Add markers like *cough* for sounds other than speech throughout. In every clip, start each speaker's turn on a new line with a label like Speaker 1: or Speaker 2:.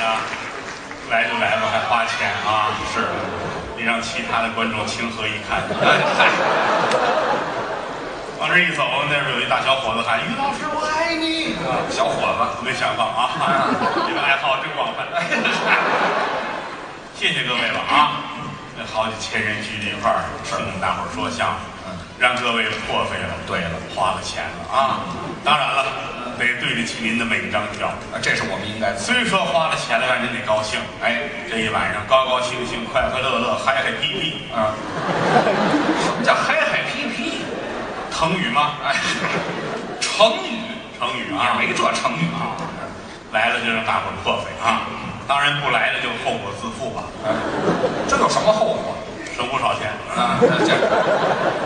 Speaker 1: 啊，来就来吧，还花钱啊，是，你让其他的观众情何以
Speaker 2: *laughs*
Speaker 1: 堪？往这一走，那边有一大小伙子喊：“于老师，我爱你！”小伙子，没想到啊，
Speaker 2: *laughs*
Speaker 1: 这个爱好真广泛。 *laughs* 谢谢各位了啊！那好几千人聚在一块儿听我们大伙儿说相声，让各位破费了，
Speaker 2: 嗯对了，
Speaker 1: 花了钱了啊！当然了，得对得起您的每一张票。
Speaker 2: 啊，这是我们应该做。
Speaker 1: 虽说花了钱了，让您得高兴。哎，这一晚上高高兴兴、快快乐乐、嗨嗨皮皮，
Speaker 2: 啊，什么叫嗨嗨皮皮？
Speaker 1: 成语吗？
Speaker 2: 哎，成语
Speaker 1: 成语
Speaker 2: 也
Speaker 1: 啊，
Speaker 2: 没这成语啊。
Speaker 1: 来了就让大伙儿破费啊！当然不来了就后果自负吧，
Speaker 2: 哎这有什么后果
Speaker 1: 省不少钱。
Speaker 2: 啊？ *laughs* 那这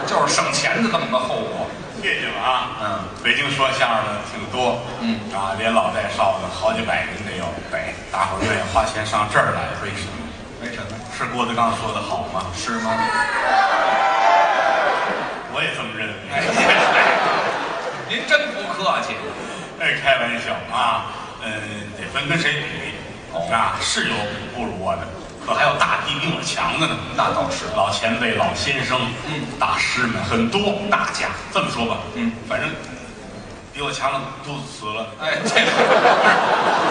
Speaker 2: 就是省钱的这么个后果。
Speaker 1: 谢谢了啊！
Speaker 2: 嗯，
Speaker 1: 北京说相声的挺多，
Speaker 2: 嗯
Speaker 1: 啊，连老带少的好几百人得有。对，大伙儿愿意花钱上这儿来，为什么？
Speaker 2: 为什么？
Speaker 1: 是郭德纲说的好吗？
Speaker 2: 是吗？ *laughs*
Speaker 1: 我也这么认为。
Speaker 2: 哎，您真不客气。
Speaker 1: 哎，开玩笑啊，嗯，得分跟谁比。
Speaker 2: 哦
Speaker 1: 啊，是有不如我的，可还有大批比我强的呢。
Speaker 2: 那倒是
Speaker 1: 老前辈、老先生，
Speaker 2: 嗯，
Speaker 1: 大师们很多，大家这么说吧，
Speaker 2: 嗯，
Speaker 1: 反正比我强的都死了，
Speaker 2: 哎，这个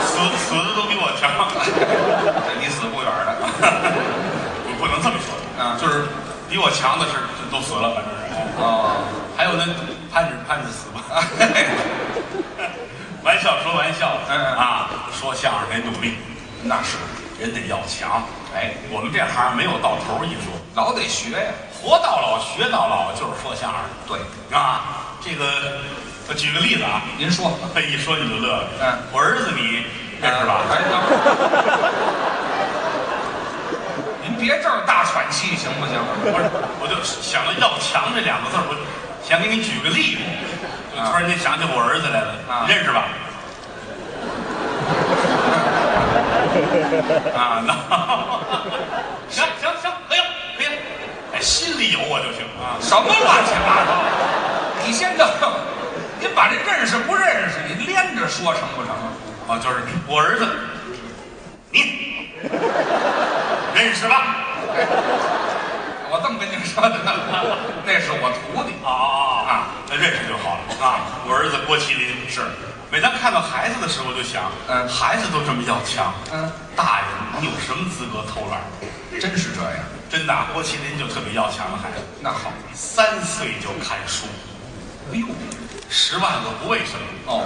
Speaker 1: 死死的都比我强。 *laughs*
Speaker 2: 这离死不远了。
Speaker 1: 我不能这么说，
Speaker 2: 啊
Speaker 1: 就是比我强的是都死了，反正是。哎
Speaker 2: 哦，
Speaker 1: 还有那盼着盼着死吧。玩笑说玩笑的，
Speaker 2: 嗯嗯
Speaker 1: 啊，说相声得努力，
Speaker 2: 那是，
Speaker 1: 人得要强。
Speaker 2: 哎，
Speaker 1: 我们这行没有到头一说，
Speaker 2: *laughs* 老得学呀。
Speaker 1: 活到老学到老就是说相声
Speaker 2: 对，
Speaker 1: 啊。这个我举个例子啊，
Speaker 2: 您说。
Speaker 1: 一说你就乐了。
Speaker 2: 嗯
Speaker 1: 我儿子你认识吧？
Speaker 2: 哎，等会儿。 *laughs* 您别这儿大喘气行不行？
Speaker 1: 不是，我就想到“要强”这两个字儿，我想给你举个例子。就突然间想起我儿子来了，
Speaker 2: 啊
Speaker 1: 认
Speaker 2: *laughs*
Speaker 1: 识吧？啊，那 *laughs* 行行行，可以了可以了，哎，心里有我就行啊。
Speaker 2: 什么乱七八糟的！你先等，您把这认识不认识，你连着说成不成？
Speaker 1: 哦，就是我儿子，你认识吧？
Speaker 2: 我这么跟您说的，那是我徒弟。
Speaker 1: 哦哦哦啊，那认识就好了啊。我儿子郭麒麟是，每当看到孩子的时候，我就想，
Speaker 2: 嗯
Speaker 1: 孩子都这么要强，
Speaker 2: 嗯，
Speaker 1: 大人你有什么资格偷懒？
Speaker 2: 真是这样。
Speaker 1: 真的啊，郭麒麟就特别要强的孩子，
Speaker 2: 那好，
Speaker 1: 三岁就看书，
Speaker 2: 哎呦，
Speaker 1: 十万个不为什么，
Speaker 2: 哦，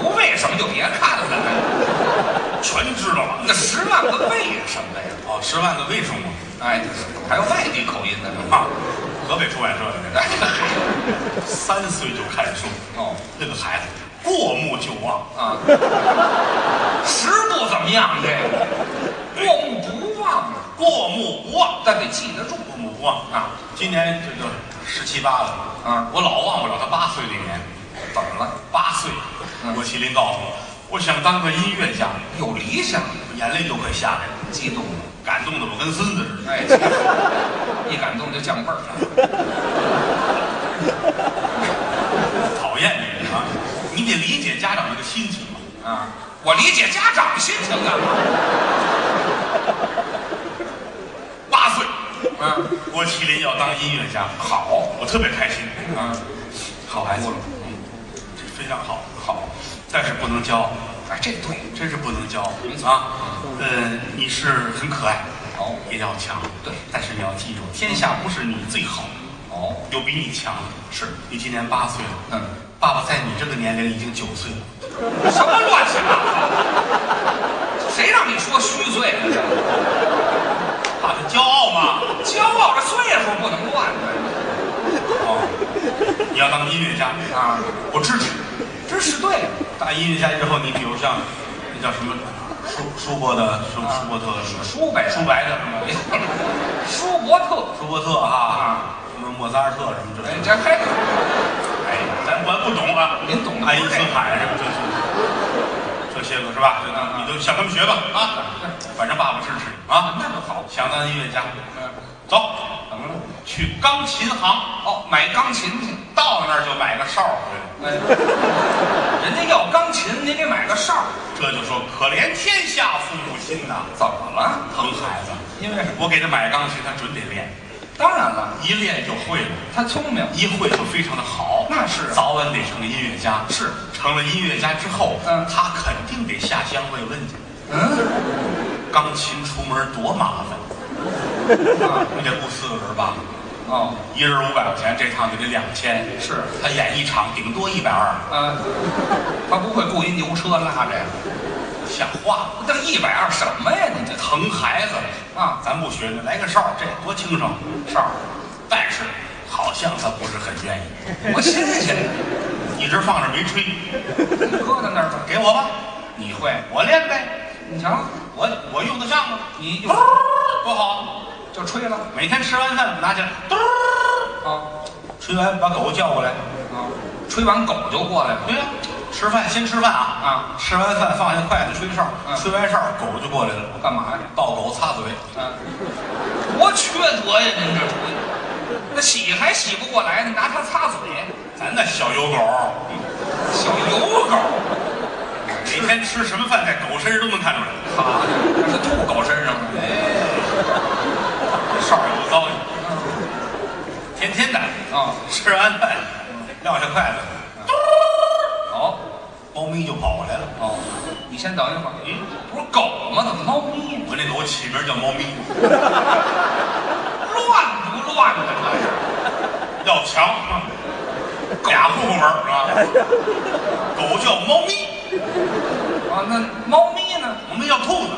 Speaker 2: 不为什么就别看了，
Speaker 1: 全知道了。
Speaker 2: 那十万个为什么呀？
Speaker 1: 哦，十万个为什么
Speaker 2: 哎，还有外地口音呢，这
Speaker 1: 啊？河北出版社的那
Speaker 2: 哎
Speaker 1: 个，三岁就看书，
Speaker 2: 哦
Speaker 1: 那个孩子过目就忘。
Speaker 2: 啊，实不怎么样，这个过目不忘啊，
Speaker 1: 过目不忘，
Speaker 2: 但得记得住
Speaker 1: 过目不忘啊！今年这就十七八了
Speaker 2: 啊
Speaker 1: 我老忘不了他八岁那年，
Speaker 2: 怎么了？
Speaker 1: 八岁，
Speaker 2: 嗯
Speaker 1: 郭麒麟告诉我，我想当个音乐家，
Speaker 2: 有理想，
Speaker 1: 眼泪就快下来了，
Speaker 2: 激动了。
Speaker 1: 感动的我跟孙子似的。
Speaker 2: 哎，一感动就降辈儿了。
Speaker 1: 讨厌你啊！你得理解家长这个心情嘛。
Speaker 2: 啊，我理解家长心情干嘛？
Speaker 1: 八岁，
Speaker 2: 啊，
Speaker 1: 郭麒麟要当音乐家，
Speaker 2: 好
Speaker 1: 我特别开心，
Speaker 2: 啊，
Speaker 1: 好孩子嗯
Speaker 2: 哭了，
Speaker 1: 这非常好，好，但是不能骄傲，
Speaker 2: 哎，这对，
Speaker 1: 真是不能骄傲
Speaker 2: 没错
Speaker 1: 啊！呃，你是很可爱，
Speaker 2: 哦
Speaker 1: 也要强，
Speaker 2: 对
Speaker 1: 但是你要记住，天下不是你最好，
Speaker 2: 哦，
Speaker 1: 有比你强的，是你今年八岁了，
Speaker 2: 嗯，
Speaker 1: 爸爸在你这个年龄已经九岁了。
Speaker 2: 什么乱七八糟？谁让你说虚岁了？这
Speaker 1: 爸爸骄傲嘛？
Speaker 2: 骄傲这岁数不能乱的
Speaker 1: 哦，你要当音乐家，
Speaker 2: 啊，
Speaker 1: 我支持。
Speaker 2: 这是对的。
Speaker 1: 大音乐家之后，你比如像那叫什么舒舒伯的舒
Speaker 2: 啊
Speaker 1: 舒伯特舒
Speaker 2: 舒白
Speaker 1: 舒
Speaker 2: 舒
Speaker 1: 白的什么
Speaker 2: 舒伯特，
Speaker 1: 舒伯特哈，什么莫扎尔特什么之类
Speaker 2: 哎，
Speaker 1: 的。
Speaker 2: 这还
Speaker 1: 哎，咱我不懂啊，
Speaker 2: 您懂的
Speaker 1: 爱因斯坦什么这这些个是吧？
Speaker 2: 啊
Speaker 1: 你都向他们学吧啊！反正爸爸支持你啊。
Speaker 2: 那就好。
Speaker 1: 想当音乐家，
Speaker 2: 嗯，
Speaker 1: 走
Speaker 2: 怎么了？
Speaker 1: 去钢琴行，
Speaker 2: 哦，买钢琴去。
Speaker 1: 到那儿就买个哨儿回来。
Speaker 2: 哎，人家要钢琴，您给买个哨儿，
Speaker 1: 这就说可怜天下父母心呐，
Speaker 2: 怎么了？
Speaker 1: 疼孩子。
Speaker 2: 因为
Speaker 1: 我给他买钢琴，他准得练，
Speaker 2: 当然了，
Speaker 1: 一练就会了，
Speaker 2: 他聪明，
Speaker 1: 一会就非常的好。
Speaker 2: 那是啊
Speaker 1: 早晚得成音乐家。
Speaker 2: 是
Speaker 1: 成了音乐家之后，
Speaker 2: 嗯
Speaker 1: 他肯定得下乡慰问去。
Speaker 2: 嗯，
Speaker 1: 钢琴出门多麻
Speaker 2: *laughs*
Speaker 1: 烦，你得雇四个人吧，
Speaker 2: 哦，
Speaker 1: 一人五百块钱，这趟就得两千。
Speaker 2: 是
Speaker 1: 他演一场顶多一百二，
Speaker 2: 呃，他不会雇一牛车拉着呀？
Speaker 1: 像话吗？
Speaker 2: 这一百二什么呀？你这
Speaker 1: 疼孩子
Speaker 2: 啊
Speaker 1: 咱不学，来个哨儿，这多轻省。
Speaker 2: 哨儿，
Speaker 1: 但是好像他不是很愿意，
Speaker 2: 我新鲜，
Speaker 1: 一直放着没吹，
Speaker 2: 搁在那儿吧。
Speaker 1: 给我吧，
Speaker 2: 你会？
Speaker 1: 我练呗，
Speaker 2: 你瞧，
Speaker 1: 我我用得上吗？
Speaker 2: 你
Speaker 1: 嘟
Speaker 2: 就
Speaker 1: 儿多好，
Speaker 2: 就吹了
Speaker 1: 每天吃完饭拿起来，嘟儿
Speaker 2: 啊
Speaker 1: 吹完把狗叫过来，
Speaker 2: 啊！吹完狗就过来了
Speaker 1: 对呀、吃饭先吃饭啊
Speaker 2: 啊
Speaker 1: 吃完饭放下筷子吹哨，
Speaker 2: 嗯
Speaker 1: 吹完哨狗就过来了，
Speaker 2: 干嘛呀？
Speaker 1: 抱狗擦嘴，
Speaker 2: 啊，多缺德呀！您这主意，那洗还洗不过来呢，拿它擦嘴。
Speaker 1: 咱那小油狗
Speaker 2: 小油狗，
Speaker 1: 每天吃什么饭在狗身上都能看出来，
Speaker 2: 好，那是吐狗身上了。
Speaker 1: 这哨也不糟践，天天的
Speaker 2: 啊，
Speaker 1: 吃完饭撂下筷子，
Speaker 2: 好，
Speaker 1: 猫咪就跑过来了，
Speaker 2: 哦，你先等一会儿。
Speaker 1: 嗯，
Speaker 2: 不是狗吗？怎么猫咪呀？
Speaker 1: 我那狗起名叫猫咪，
Speaker 2: 乱不乱的这是？
Speaker 1: 要强，啊俩户口本儿啊，狗叫猫咪，
Speaker 2: 啊，那猫咪呢？
Speaker 1: 我们叫兔子，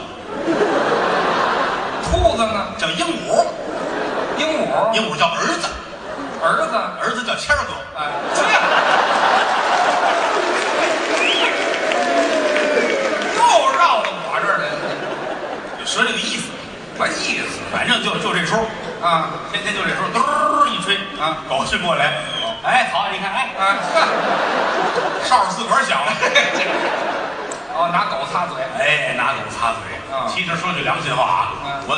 Speaker 2: 兔子呢？
Speaker 1: 叫鹦鹉，
Speaker 2: 鹦鹉？
Speaker 1: 鹦鹉叫儿子，
Speaker 2: 儿子？
Speaker 1: 儿子叫谦儿哥。
Speaker 2: 哎，这又绕到我这儿来了，
Speaker 1: 就说这个意思，
Speaker 2: 我意思
Speaker 1: 反正就就这出，
Speaker 2: 啊
Speaker 1: 天天就这出，嘟儿一吹
Speaker 2: 啊，
Speaker 1: 狗就过来，哎，好，你看，哎，
Speaker 2: 啊！哼
Speaker 1: 哨儿自个儿响了，
Speaker 2: 哦，拿狗擦嘴，
Speaker 1: 哎，拿狗擦嘴。
Speaker 2: 啊
Speaker 1: 其实说句良心话啊
Speaker 2: 嗯，
Speaker 1: 我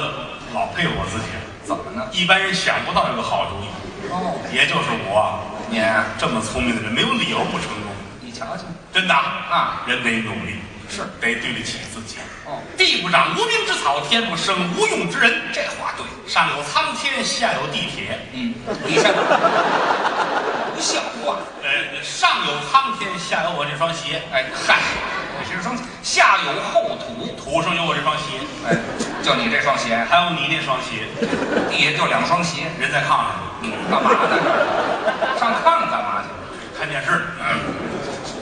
Speaker 1: 老佩服我自己，
Speaker 2: 怎么呢？
Speaker 1: 一般人想不到这个好主意，
Speaker 2: 哦，
Speaker 1: 也就是我啊
Speaker 2: 您
Speaker 1: 这么聪明的人，没有理由不成功，
Speaker 2: 你瞧瞧，
Speaker 1: 真的
Speaker 2: 啊，
Speaker 1: 人得努力，
Speaker 2: 是
Speaker 1: 得对得起自己。
Speaker 2: 哦，
Speaker 1: 地不长无名之草，天不生无用之人。
Speaker 2: 这话对，
Speaker 1: 上有苍天，下有地铁。
Speaker 2: 嗯，你像，不像话，
Speaker 1: 呃，上有苍天，下有我这双鞋，
Speaker 2: 哎嗨，你这双下有厚土，
Speaker 1: 土上有我这双鞋，
Speaker 2: 哎，就你这双鞋，
Speaker 1: 还有你那双鞋，
Speaker 2: 底下就两双鞋，
Speaker 1: 人在炕上
Speaker 2: 干嘛呢？这是上炕干嘛去？
Speaker 1: 看电视。嗯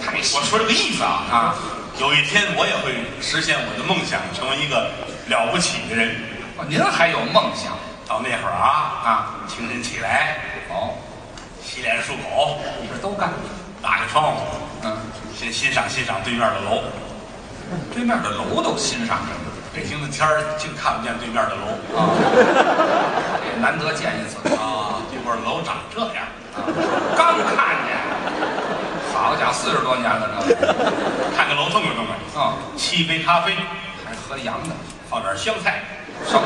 Speaker 2: 太
Speaker 1: 我
Speaker 2: 闲
Speaker 1: 说这个意思啊
Speaker 2: 啊！
Speaker 1: 有一天我也会实现我的梦想，成为一个了不起的人。
Speaker 2: 哦您还有梦想
Speaker 1: 到那会儿啊
Speaker 2: 啊？
Speaker 1: 清晨起来，
Speaker 2: 哦，
Speaker 1: 洗脸漱口，
Speaker 2: 你这都干。
Speaker 1: 打开窗户，
Speaker 2: 嗯，
Speaker 1: 先欣赏欣赏对面的楼。
Speaker 2: 对面的楼都欣赏着呢，
Speaker 1: 北京的天儿竟看不见对面的楼
Speaker 2: 哎难得见一次，
Speaker 1: 啊！对面的楼长这样，
Speaker 2: 刚看见，好家伙，四十多年了呢。
Speaker 1: 看看楼栋着动呗。
Speaker 2: 啊、
Speaker 1: 沏杯咖啡，
Speaker 2: 还喝洋的，
Speaker 1: 放点香菜，
Speaker 2: 什么？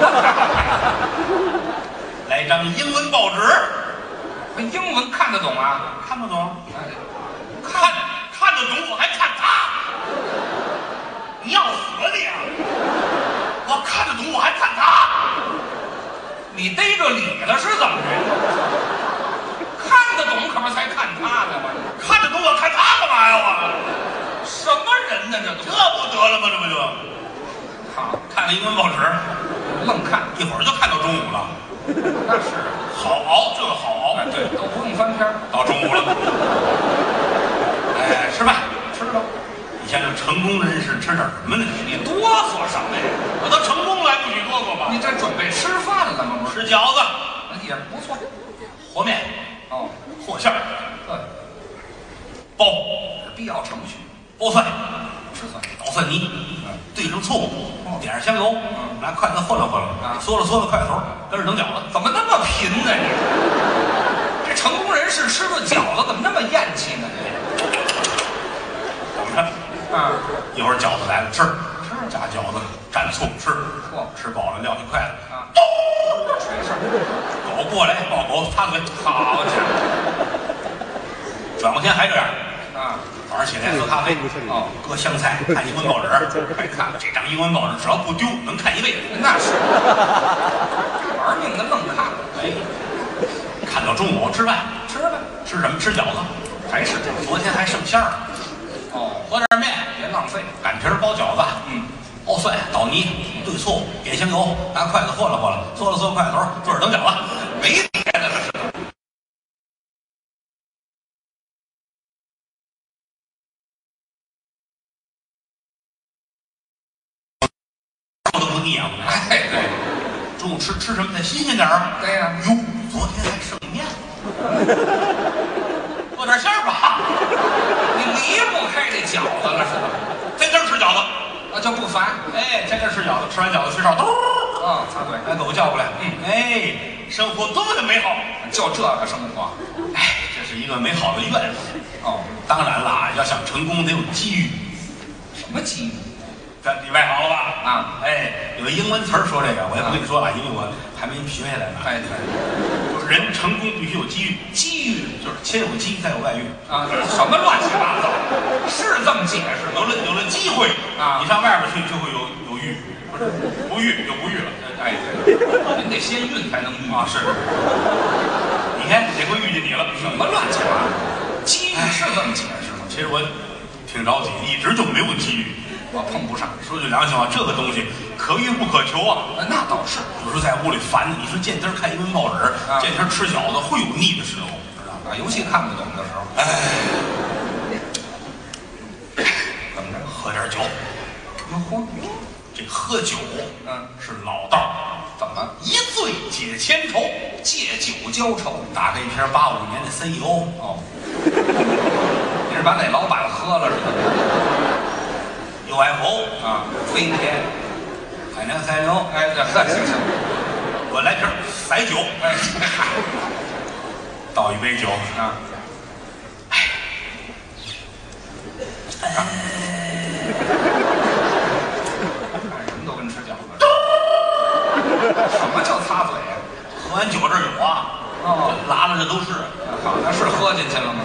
Speaker 1: 来一张英文报纸，
Speaker 2: 英文看得懂啊？
Speaker 1: 看不懂。
Speaker 2: 哎
Speaker 1: 看看得懂，我还看他？你要死你啊！我看得懂，我还看他？
Speaker 2: 你逮着理了是怎么着？看得懂，可不是才看他呢吗？
Speaker 1: 看得懂，我看他干嘛呀？我
Speaker 2: 什么人呢？这
Speaker 1: 这
Speaker 2: 都
Speaker 1: 不得了吗？这不就
Speaker 2: 好，
Speaker 1: 看看英文报纸，
Speaker 2: 愣看，
Speaker 1: 一会儿就看到中午了。
Speaker 2: 那是啊，
Speaker 1: 好熬，这个好 *laughs* 熬，
Speaker 2: 对，都不用翻篇儿，
Speaker 1: 到中午了。 *laughs* 哎，吃饭。
Speaker 2: 吃了。
Speaker 1: 以前这成功人士吃点什么呢？
Speaker 2: 你哆嗦什么呀？
Speaker 1: 我都成功了，还不许多嗦吗？
Speaker 2: 你这准备吃饭了吗？不是，
Speaker 1: 吃饺子、
Speaker 2: 也不错。
Speaker 1: 和面、
Speaker 2: 哦，
Speaker 1: 和馅儿、
Speaker 2: 对，
Speaker 1: 包
Speaker 2: 必要程序，
Speaker 1: 包蒜、
Speaker 2: 吃算。
Speaker 1: 捣蒜泥，兑上醋，点上香油，拿筷子和了和了
Speaker 2: 啊，
Speaker 1: 嗦了嗦了筷子头，跟着整饺子。
Speaker 2: 怎么那么贫呢？你这成功人士吃顿饺子怎么那么厌气呢？
Speaker 1: 等着，
Speaker 2: 啊，
Speaker 1: 一会儿饺子来了，吃
Speaker 2: 吃
Speaker 1: 炸饺子，蘸醋吃
Speaker 2: 嚯，
Speaker 1: 吃饱了撂下筷子
Speaker 2: 啊，
Speaker 1: 咚，
Speaker 2: 吹事儿，
Speaker 1: 狗过来抱狗擦嘴，
Speaker 2: 好家
Speaker 1: 转过天还这样。
Speaker 2: 伙啊！
Speaker 1: 玩起来喝咖啡，
Speaker 2: 哦
Speaker 1: 搁香菜，看英文报纸，还看了这张英文报纸，只要不丢，能看一辈子。
Speaker 2: 那是玩命的愣看，
Speaker 1: 哎，看到中午吃饭，
Speaker 2: 吃吧，
Speaker 1: 吃什么？吃饺子。
Speaker 2: 还是这个
Speaker 1: 昨天还剩馅儿了，
Speaker 2: 哦，
Speaker 1: 和点面，
Speaker 2: 别浪费。
Speaker 1: 擀皮儿包饺子，
Speaker 2: 嗯，
Speaker 1: 熬蒜、捣泥、兑醋、点香油，拿筷子和了和了，搓了搓筷子头，坐着等饺子，没别的了。我都不腻啊！
Speaker 2: 哎对，
Speaker 1: 中午吃吃什么的新鲜点儿啊？
Speaker 2: 对呀
Speaker 1: 哟，昨天还剩面，做点馅儿吧。
Speaker 2: 你离不开这饺子了是吧？
Speaker 1: 天天吃饺子，
Speaker 2: 那就不烦。
Speaker 1: 哎，天天吃饺子，吃完饺子吹哨，嘟。
Speaker 2: 啊，插嘴，
Speaker 1: 把狗叫过来，嗯，哎，生活多么的美好！
Speaker 2: 哎就这个生活。
Speaker 1: 哎，这是一个美好的愿望。
Speaker 2: 哦，
Speaker 1: 当然啦，要想成功得有机遇，
Speaker 2: 什么鸡？
Speaker 1: 咱里外行了吧？
Speaker 2: 啊，
Speaker 1: 哎，有英文词儿说这个，我也不跟你说了，因为我还没学下来呢。
Speaker 2: 哎对，
Speaker 1: 就是人成功必须有机遇，
Speaker 2: 机遇
Speaker 1: 就是先有鸡再有外遇。
Speaker 2: 啊，什么乱七八糟？是这么解释
Speaker 1: 有了
Speaker 2: 吗？
Speaker 1: 有了机会
Speaker 2: 啊
Speaker 1: 你上外边去就会有有遇，不是不遇就不遇了。
Speaker 2: 哎对，您得先运才能遇
Speaker 1: 啊，是，你看这回遇见你了，
Speaker 2: 什么乱七八糟？机遇是这么解释吗？
Speaker 1: 其实我挺着急，一直就没有机遇。
Speaker 2: 我碰不上，
Speaker 1: 说句良心话，这个东西可遇不可求啊。
Speaker 2: 呃那倒是。
Speaker 1: 有时候在屋里烦，你说见天儿看英文报纸，
Speaker 2: 啊
Speaker 1: 见天儿吃饺子，会有腻的时候，知道吗？
Speaker 2: 啊，尤其看不懂的时候，哎
Speaker 1: 怎么着？喝点酒，
Speaker 2: 哟嚯，
Speaker 1: 这喝酒，
Speaker 2: 嗯，
Speaker 1: 是老道儿，
Speaker 2: 怎么
Speaker 1: 一醉解千愁。
Speaker 2: 借酒浇愁？
Speaker 1: 打开一瓶八五年的 CEO，
Speaker 2: 哦，你是把那老板喝了是吧？
Speaker 1: UFO，
Speaker 2: 啊，飞天，
Speaker 1: 海南三零，
Speaker 2: 哎，这呵行行，
Speaker 1: 我来瓶白酒，
Speaker 2: 哎嗨
Speaker 1: 倒一杯酒，
Speaker 2: 啊，哎，什么都跟吃饺子似的。什么叫擦嘴啊？
Speaker 1: 喝完酒这儿有啊，
Speaker 2: 哦，
Speaker 1: 拉拉这都是。
Speaker 2: 好，那是喝进去了吗？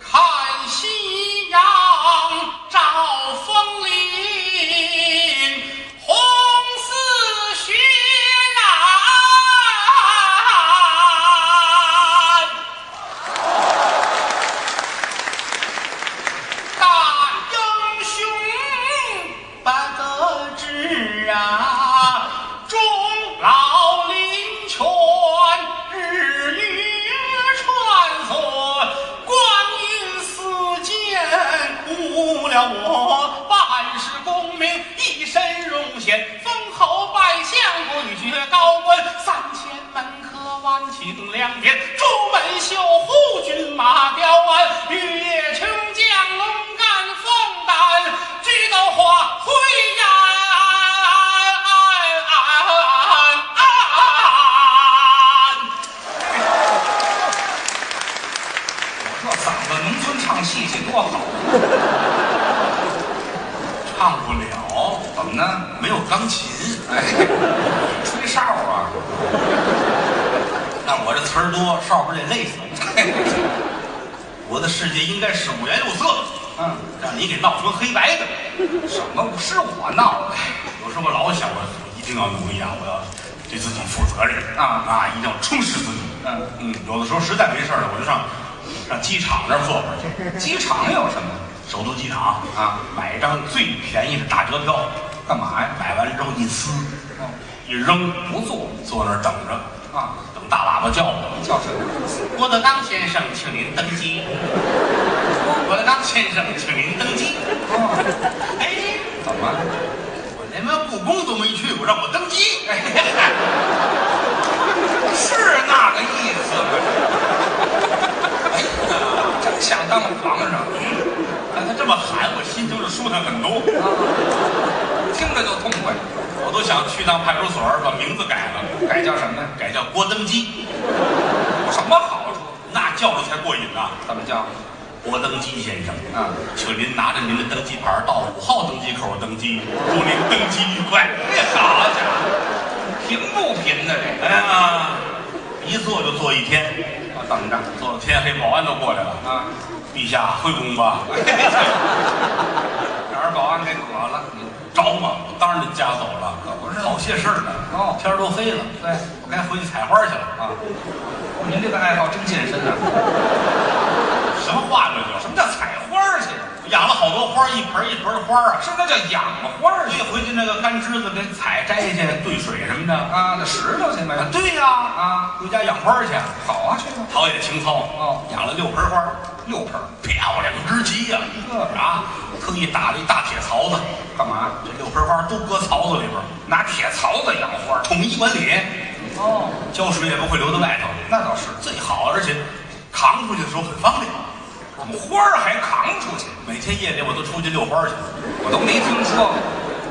Speaker 1: 看夕阳照枫林，红似血染。大英雄八个字啊，终老临泉日月穿梭，光阴似箭，误了我半世功名，一身荣显，封侯拜相，国女爵高官，三千门客万顷良田，朱门绣户，骏马雕鞍，玉液琼浆，龙肝凤胆，知道花灰呀。
Speaker 2: 我这嗓子，农村唱戏去多好，
Speaker 1: 唱不了，
Speaker 2: 怎么呢？
Speaker 1: 没有钢琴，
Speaker 2: 哎，吹哨啊，
Speaker 1: 但我这词儿多，少不得累死。我的世界应该是五颜六色，
Speaker 2: 嗯。
Speaker 1: 让你给闹成黑白的。
Speaker 2: 什么？是我闹的。
Speaker 1: 有时候我老想，我一定要努力啊！我要对自己负责任
Speaker 2: 啊
Speaker 1: 啊！一定要充实自己。
Speaker 2: 嗯
Speaker 1: 嗯，有的时候实在没事儿了，我就上上机场那儿坐会儿去，
Speaker 2: 机场有什么？
Speaker 1: 首都机场
Speaker 2: 啊，
Speaker 1: 买一张最便宜的打折票，
Speaker 2: 干嘛呀？
Speaker 1: 买完之后一撕
Speaker 2: 哦
Speaker 1: 一扔，
Speaker 2: 不坐
Speaker 1: 坐那儿等着，
Speaker 2: 啊，
Speaker 1: 等大喇叭叫我。
Speaker 2: 叫什么？
Speaker 1: 郭德纲先生，请您登 *laughs* 机。郭德纲先生，请您登机。
Speaker 2: 哦，
Speaker 1: 哎，
Speaker 2: 怎么了？
Speaker 1: 我连个故宫都没去过，让我登机。哎
Speaker 2: 是那个意思吗？真想当啊皇上，
Speaker 1: 看他这么喊，我心情就舒坦很多。
Speaker 2: 听着就痛快。
Speaker 1: 我都想去趟派出所，把名字改了，
Speaker 2: 改叫什么呀？
Speaker 1: 改叫郭登基，
Speaker 2: 有什么好处？
Speaker 1: 那叫着才过瘾呐、
Speaker 2: 怎么叫？
Speaker 1: 郭登基先生，
Speaker 2: 啊，
Speaker 1: 请您拿着您的登记牌儿到五号登记口登记，祝您登机愉快。
Speaker 2: 这好家伙，贫不贫的这
Speaker 1: 哎呀，一坐就坐一天，
Speaker 2: 个？等啊着
Speaker 1: 到了天黑，保安都过来了。
Speaker 2: 啊。
Speaker 1: 陛下回宫吧，
Speaker 2: 哪儿保安给渴了？
Speaker 1: 着吗？当然得夹走了，可不是好些事儿呢。
Speaker 2: 哦
Speaker 1: 天儿都黑了，
Speaker 2: 对
Speaker 1: 我该回去采花去了。
Speaker 2: 啊，您这个爱好真健身啊！
Speaker 1: 什么话这
Speaker 2: 什
Speaker 1: 就？
Speaker 2: 么叫采花儿去？
Speaker 1: 养了好多花儿，一盆儿一盆儿的花儿啊。
Speaker 2: 什么叫养花儿
Speaker 1: 所
Speaker 2: 去
Speaker 1: 以回去那个干枝子给采摘去兑水什么的。
Speaker 2: 啊？那石头去呗。
Speaker 1: 啊，对呀、啊，
Speaker 2: 啊，
Speaker 1: 回家养花儿去，
Speaker 2: 好啊，去吧。
Speaker 1: 陶冶情操。
Speaker 2: 哦
Speaker 1: 养了六盆花儿，
Speaker 2: 六盆儿
Speaker 1: 漂亮之极呀、
Speaker 2: 嗯
Speaker 1: 啊，特意打了一大铁槽子，
Speaker 2: 干嘛？
Speaker 1: 这六盆花儿都搁槽子里边儿，
Speaker 2: 拿铁槽子养花儿。
Speaker 1: 统一管理，
Speaker 2: 哦，
Speaker 1: 浇水也不会流到外头。
Speaker 2: 那倒是。
Speaker 1: 最好，而且扛出去的时候很方便。
Speaker 2: 我们花儿还扛出去，
Speaker 1: 每天夜里我都出去遛花去，
Speaker 2: 我都没听说过，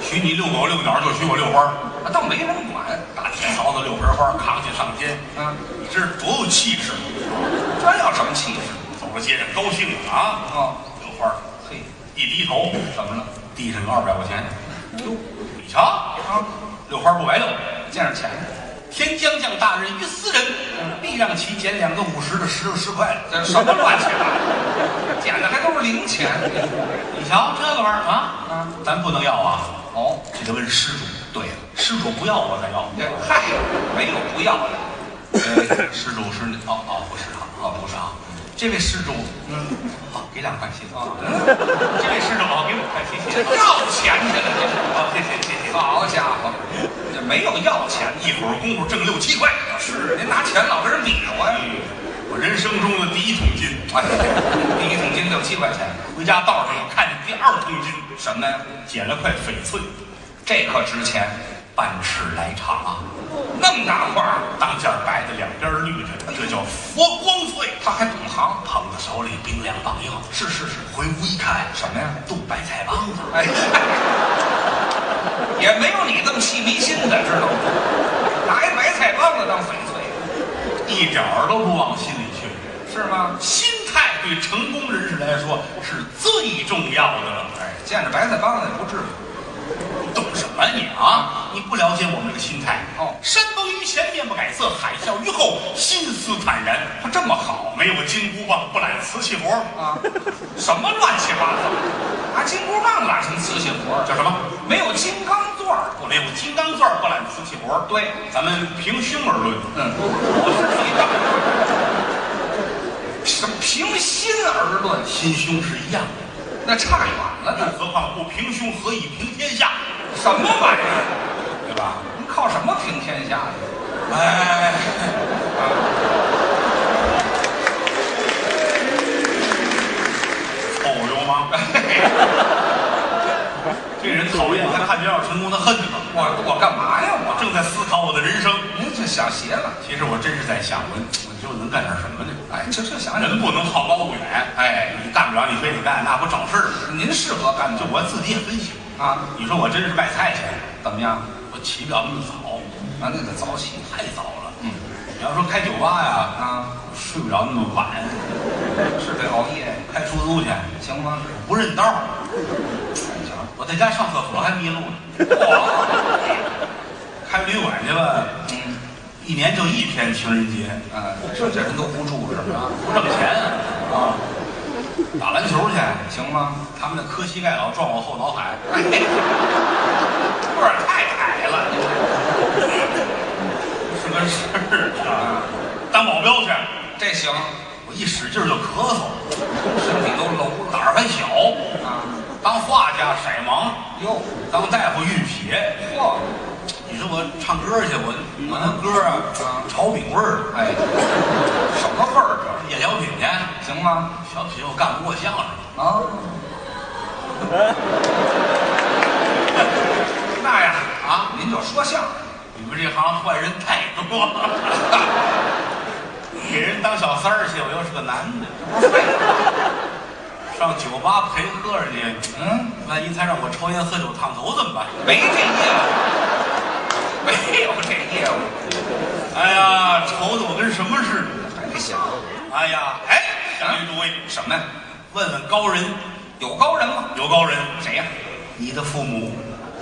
Speaker 1: 许你遛狗遛鸟就许我遛花。
Speaker 2: 啊倒没人管。
Speaker 1: 大铁槽子六盆花扛起上街，
Speaker 2: 啊，
Speaker 1: 你这是多有气势！
Speaker 2: 这要什么气势？
Speaker 1: 走到街上高兴啊，
Speaker 2: 哦，
Speaker 1: 遛花
Speaker 2: 嘿，
Speaker 1: 一低头，
Speaker 2: 怎么了？
Speaker 1: 地上有二百块钱，
Speaker 2: 哟，
Speaker 1: 你瞧，
Speaker 2: 啊，
Speaker 1: 遛花不白遛。
Speaker 2: 见着钱了，
Speaker 1: 天将降大任于斯人，必让其捡两个五十的十十块的。
Speaker 2: 这什么乱七八糟？捡的还都是零钱。
Speaker 1: 你瞧这个玩意儿啊，
Speaker 2: 啊，
Speaker 1: 咱不能要啊，
Speaker 2: 哦，
Speaker 1: 这得问施主。对了，施主不要我再要。
Speaker 2: 这嗨，没有不要的。
Speaker 1: 呃，施主是哦哦，不是啊，哦不是啊，这位施主，
Speaker 2: 嗯，
Speaker 1: 好、给两块谢谢。
Speaker 2: 哦，
Speaker 1: 这位施主，好，给五块谢谢。
Speaker 2: 要钱去了这是。
Speaker 1: 好，谢谢谢谢。
Speaker 2: 好家伙，这没有要钱
Speaker 1: 一会儿功夫挣六七块，
Speaker 2: 是您拿钱老跟人比划呀。
Speaker 1: 我人生中的第一桶金。
Speaker 2: 哎，第一桶金六七块钱，
Speaker 1: 回家道上看见第二桶金，
Speaker 2: 什么呀？
Speaker 1: 捡了块翡翠，
Speaker 2: 这可值钱，
Speaker 1: 半尺来长啊，
Speaker 2: 那么大块儿，
Speaker 1: 当间儿白的，两边儿绿的，这叫佛光翠。
Speaker 2: 他还懂行。
Speaker 1: 捧在手里冰凉棒硬，
Speaker 2: 是是是，
Speaker 1: 回屋一看，
Speaker 2: 什么呀？
Speaker 1: 冻白菜帮子。
Speaker 2: 哎， *laughs* 也没有你这么气迷心的，知道吗？拿一白菜帮子当翡翠，
Speaker 1: 一点儿都不往心里去。
Speaker 2: 是吗？
Speaker 1: 心态对成功人士来说是最重要的了。
Speaker 2: 哎，见着白菜帮子也不至于。
Speaker 1: 你懂什么你啊？你不了解我们这个心态。
Speaker 2: 哦
Speaker 1: 山崩于前面不改色，海啸于后心思坦然。
Speaker 2: 他这么好
Speaker 1: 没有金箍棒不揽瓷器活，
Speaker 2: 啊？什么乱七八糟？拿金箍棒拉成瓷器活儿，
Speaker 1: 叫什么？
Speaker 2: 没有金刚钻儿。
Speaker 1: 没有金刚钻不揽瓷器活。
Speaker 2: 对，
Speaker 1: 咱们平胸而论，
Speaker 2: 嗯，我是你当然什么平心而论，
Speaker 1: 心胸是一样的。
Speaker 2: 那差远了呢。
Speaker 1: 何况不平胸，何以平天下？
Speaker 2: 什么玩意儿？
Speaker 1: 对吧？
Speaker 2: 您靠什么平天下呀？
Speaker 1: 哎，臭流氓！这人讨厌，他看见要是成功，他恨着我。
Speaker 2: 我我干嘛呀？我
Speaker 1: 正在思考我的人生，
Speaker 2: 您这想邪了？
Speaker 1: 其实我真是在想，我我就能干点什么呢？
Speaker 2: 哎，这这想想，
Speaker 1: 人不能好高骛远，哎，你干不了，你非得干，那不找事儿吗？
Speaker 2: 您适合干
Speaker 1: 就
Speaker 2: 这
Speaker 1: 我自己也分析，
Speaker 2: 啊？
Speaker 1: 你说我真是卖菜去，
Speaker 2: 怎么样？啊，
Speaker 1: 我起不了那么早，
Speaker 2: 那得早起
Speaker 1: 太早了。嗯，你要说开酒吧呀，
Speaker 2: 啊，
Speaker 1: 睡不着那么晚，
Speaker 2: 是得熬夜，
Speaker 1: 开出租去。
Speaker 2: 行吗？
Speaker 1: 不认道儿，
Speaker 2: 你瞧，
Speaker 1: 我在家上厕所还迷路呢。 *laughs*
Speaker 2: 我
Speaker 1: 开旅馆去吧，
Speaker 2: 嗯
Speaker 1: 一年就一天情人节，
Speaker 2: 啊，这这人都不住是吧？
Speaker 1: 不挣钱啊。打篮球去，
Speaker 2: 行吗？
Speaker 1: 他们那磕膝盖老撞我后脑海，
Speaker 2: 哎，个儿太矮了，您
Speaker 1: 是个事儿啊。当保镖去，
Speaker 2: 这这行，
Speaker 1: 我一使劲儿就咳嗽，
Speaker 2: 身体都楼了
Speaker 1: 胆儿还小。
Speaker 2: 啊。
Speaker 1: 当画家色盲，
Speaker 2: 哟，
Speaker 1: 当大夫运血。
Speaker 2: 嚯，
Speaker 1: 你说我唱歌去，我我那歌啊，炒饼味儿，
Speaker 2: 哎，什么味儿
Speaker 1: 演小品去，
Speaker 2: 这？行吗？
Speaker 1: 小品我干不过相声。
Speaker 2: 啊？那呀啊，您就说相声。
Speaker 1: 你们这行坏人太多了， *laughs* 给人当小三儿去，我又是个男的，
Speaker 2: 不是废话
Speaker 1: 上酒吧陪客人去，
Speaker 2: 嗯，
Speaker 1: 万一他让我抽烟喝酒烫头怎么办？
Speaker 2: 没这业务，没有这业务，
Speaker 1: 哎呀，愁的我跟什么似的！
Speaker 2: 还得想
Speaker 1: 哎呀，哎，想诸位，
Speaker 2: 什么呀？
Speaker 1: 问问高人，
Speaker 2: 有高人吗？
Speaker 1: 有高人，
Speaker 2: 谁呀？
Speaker 1: 你的父母，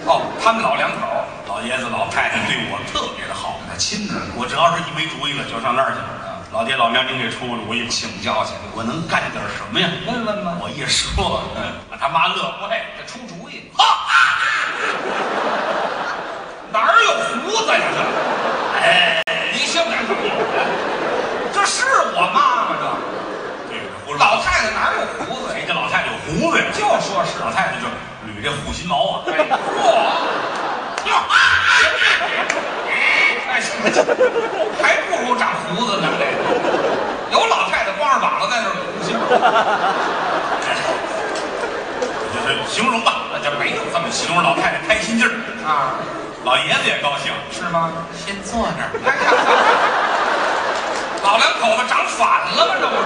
Speaker 2: 哦，他们老两口儿，
Speaker 1: 老爷子老太太对我特别的好，
Speaker 2: 那亲呢？
Speaker 1: 我只要是一没主意了，就上那儿去了。
Speaker 2: 啊，
Speaker 1: 老爹老娘，您给出个主意，
Speaker 2: 请教去，
Speaker 1: 我能干点什么呀？
Speaker 2: 问问吧。
Speaker 1: 我一说， *laughs* 把他妈乐坏了。
Speaker 2: 这哎出主意，
Speaker 1: 哈，
Speaker 2: 哪儿有胡子呀？这，哎，你信不信？这是我妈吗？
Speaker 1: 对，胡
Speaker 2: 这
Speaker 1: 老
Speaker 2: 老太太哪儿有胡子
Speaker 1: 谁
Speaker 2: 呀？哎
Speaker 1: 家老太太有胡子呀？
Speaker 2: 就说是，
Speaker 1: 老太太就捋这护心毛啊。 *laughs*
Speaker 2: 哎，嚯，哎，还不如长胡子呢。这有老太太光着膀子在那儿哭去，
Speaker 1: 就是形容吧，那就没有这么形容老太太开心劲儿，
Speaker 2: 啊，
Speaker 1: 老爷子也高兴。
Speaker 2: 是吗？
Speaker 1: 先坐那儿，
Speaker 2: 哎呀，老两口子长反了吗？这不是？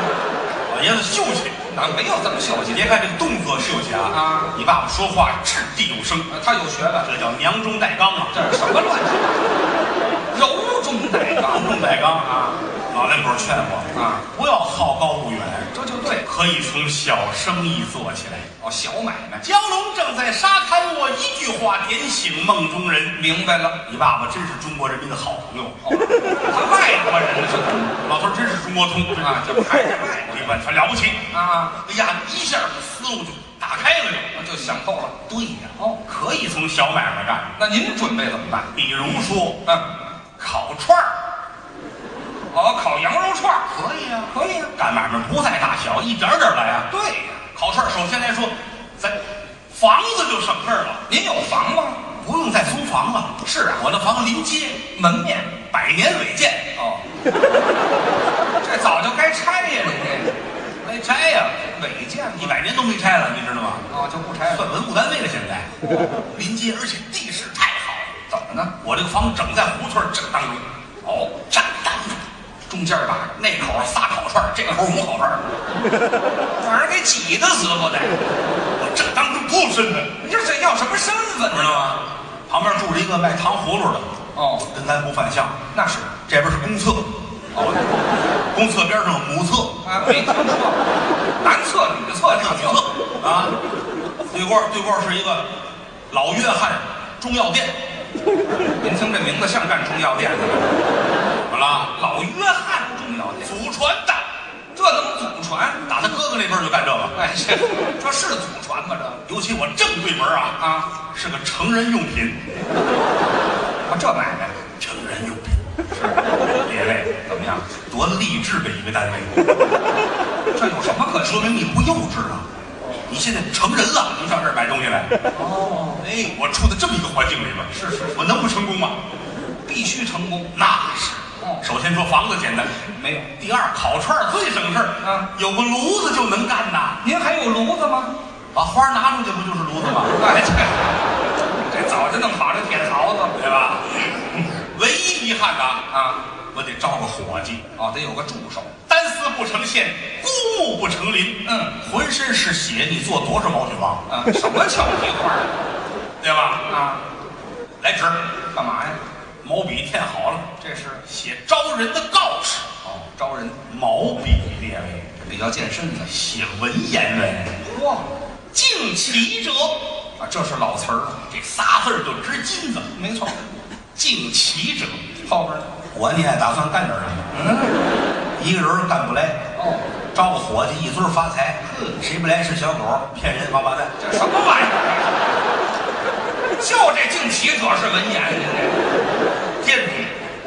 Speaker 1: 老爷子秀气。
Speaker 2: 哪啊没有这么秀气？
Speaker 1: 别看这个动作秀气啊，
Speaker 2: 啊
Speaker 1: 你爸爸说话掷地有声，
Speaker 2: 啊他有学问，
Speaker 1: 这叫娘中带刚啊，
Speaker 2: 这是什么乱七八糟？柔中带刚
Speaker 1: 娘中带刚啊。老两口劝我
Speaker 2: 啊，
Speaker 1: 不要好高骛远，
Speaker 2: 这就对。
Speaker 1: 可以从小生意做起来。
Speaker 2: 哦，小买卖，
Speaker 1: 蛟龙正在沙滩，我一句话点醒梦中人。
Speaker 2: 明白了。
Speaker 1: 你爸爸真是中国人民的好朋友，
Speaker 2: 哦，他外国人呢？
Speaker 1: 老头儿真是中国通
Speaker 2: 这啊，就还是外
Speaker 1: 我一问他了不起，
Speaker 2: 国啊，
Speaker 1: 哎呀，一下思路就打开了就。
Speaker 2: 我就想透了。
Speaker 1: 对呀，
Speaker 2: 哦，
Speaker 1: 可以从小买卖干，
Speaker 2: 那您准备怎么办？
Speaker 1: 比如说
Speaker 2: 嗯，
Speaker 1: 烤串儿，
Speaker 2: 哦，烤羊肉串儿
Speaker 1: 可以啊。
Speaker 2: 可以啊。
Speaker 1: 干买卖不在大小，一点儿点儿来啊。
Speaker 2: 对呀，
Speaker 1: 烤串儿首先来说，咱房子就省事儿了，
Speaker 2: 您有房吗？
Speaker 1: 不用再租房了。
Speaker 2: 是啊，
Speaker 1: 我的房临街，
Speaker 2: 门面。
Speaker 1: 百年违建，
Speaker 2: 哦，这早就该拆呀，您这
Speaker 1: 没拆呀、
Speaker 2: 违建
Speaker 1: 一
Speaker 2: 吗？
Speaker 1: 百年都没拆了，你知道吗？
Speaker 2: 哦，就不拆了。
Speaker 1: 算文物单位了，现在临街，而且地势太好了。
Speaker 2: 怎么呢？
Speaker 1: 我这个房整在胡同儿正当中，
Speaker 2: 哦，
Speaker 1: 正当中，
Speaker 2: 中间吧，
Speaker 1: 那口儿仨烤串儿，这口儿五烤串儿，
Speaker 2: 让人给挤的死不得。
Speaker 1: 我正当中不身份，
Speaker 2: 你这这要什么身份
Speaker 1: 知
Speaker 2: 呢？
Speaker 1: 道吗？旁边住着一个卖糖葫芦的，
Speaker 2: 哦，
Speaker 1: 跟咱不犯相。
Speaker 2: 那是
Speaker 1: 这边是公厕，哦，公厕边上有母厕，
Speaker 2: 啊，没听说过，男厕女厕
Speaker 1: 女
Speaker 2: 这
Speaker 1: 厕
Speaker 2: 就
Speaker 1: 啊。对过对过是一个老约翰中药店，
Speaker 2: 您听这名字像干中药店的吗？
Speaker 1: 怎么了？
Speaker 2: 老约翰中药店，
Speaker 1: 祖传的，
Speaker 2: 这能祖传？
Speaker 1: 打他哥哥那辈儿就干这个。
Speaker 2: 哎，这这是祖传吗？这
Speaker 1: 尤其我正对门啊，
Speaker 2: 啊，
Speaker 1: 是个成人用品，
Speaker 2: 啊这买卖
Speaker 1: 成人用品。列位，
Speaker 2: 怎么样？
Speaker 1: 多励志的一个单位，
Speaker 2: 这有什么可说？
Speaker 1: 说明你不幼稚啊！你现在成人了，能上这儿买东西来？
Speaker 2: 哦，
Speaker 1: 哎，我处在这么一个环境里边，
Speaker 2: 是是是
Speaker 1: 我能不成功吗？
Speaker 2: 必须成功。
Speaker 1: 那是
Speaker 2: 哦。
Speaker 1: 首先说房子简单，
Speaker 2: 没有，
Speaker 1: 第二烤串儿最省事儿，
Speaker 2: 嗯
Speaker 1: 有个炉子就能干呐，
Speaker 2: 您还有炉子吗？
Speaker 1: 把花儿拿出去不就是炉子吗？
Speaker 2: 哎，这这早就弄好这铁槽子了
Speaker 1: 对吧？唯一遗憾的啊，
Speaker 2: 啊！
Speaker 1: 我得招个伙计，
Speaker 2: 哦，得有个助手。
Speaker 1: 单丝不成线，孤木不成林。
Speaker 2: 嗯，
Speaker 1: 浑身是血，你做多少毛血旺，
Speaker 2: 啊，什么巧皮花
Speaker 1: 对吧？
Speaker 2: 啊？
Speaker 1: 来纸，
Speaker 2: 干嘛呀？
Speaker 1: 毛笔填好了，
Speaker 2: 这是
Speaker 1: 写招人的告示。
Speaker 2: 哦，招人
Speaker 1: 毛笔列位，
Speaker 2: 比较健身的。
Speaker 1: 写文言文，
Speaker 2: 哇
Speaker 1: 敬其者，
Speaker 2: 啊，这是老词儿了，
Speaker 1: 这仨字儿就值金子。
Speaker 2: 没错。
Speaker 1: 敬其者，
Speaker 2: 后边呢？
Speaker 1: 我呢打算干点什么，
Speaker 2: 嗯，
Speaker 1: 一个人儿干不来，
Speaker 2: 哦，
Speaker 1: 招个伙计一尊儿发财，谁不来是小狗儿，骗人王八蛋。
Speaker 2: 这什么玩意儿？就这敬旗者是文言，您
Speaker 1: 垫底，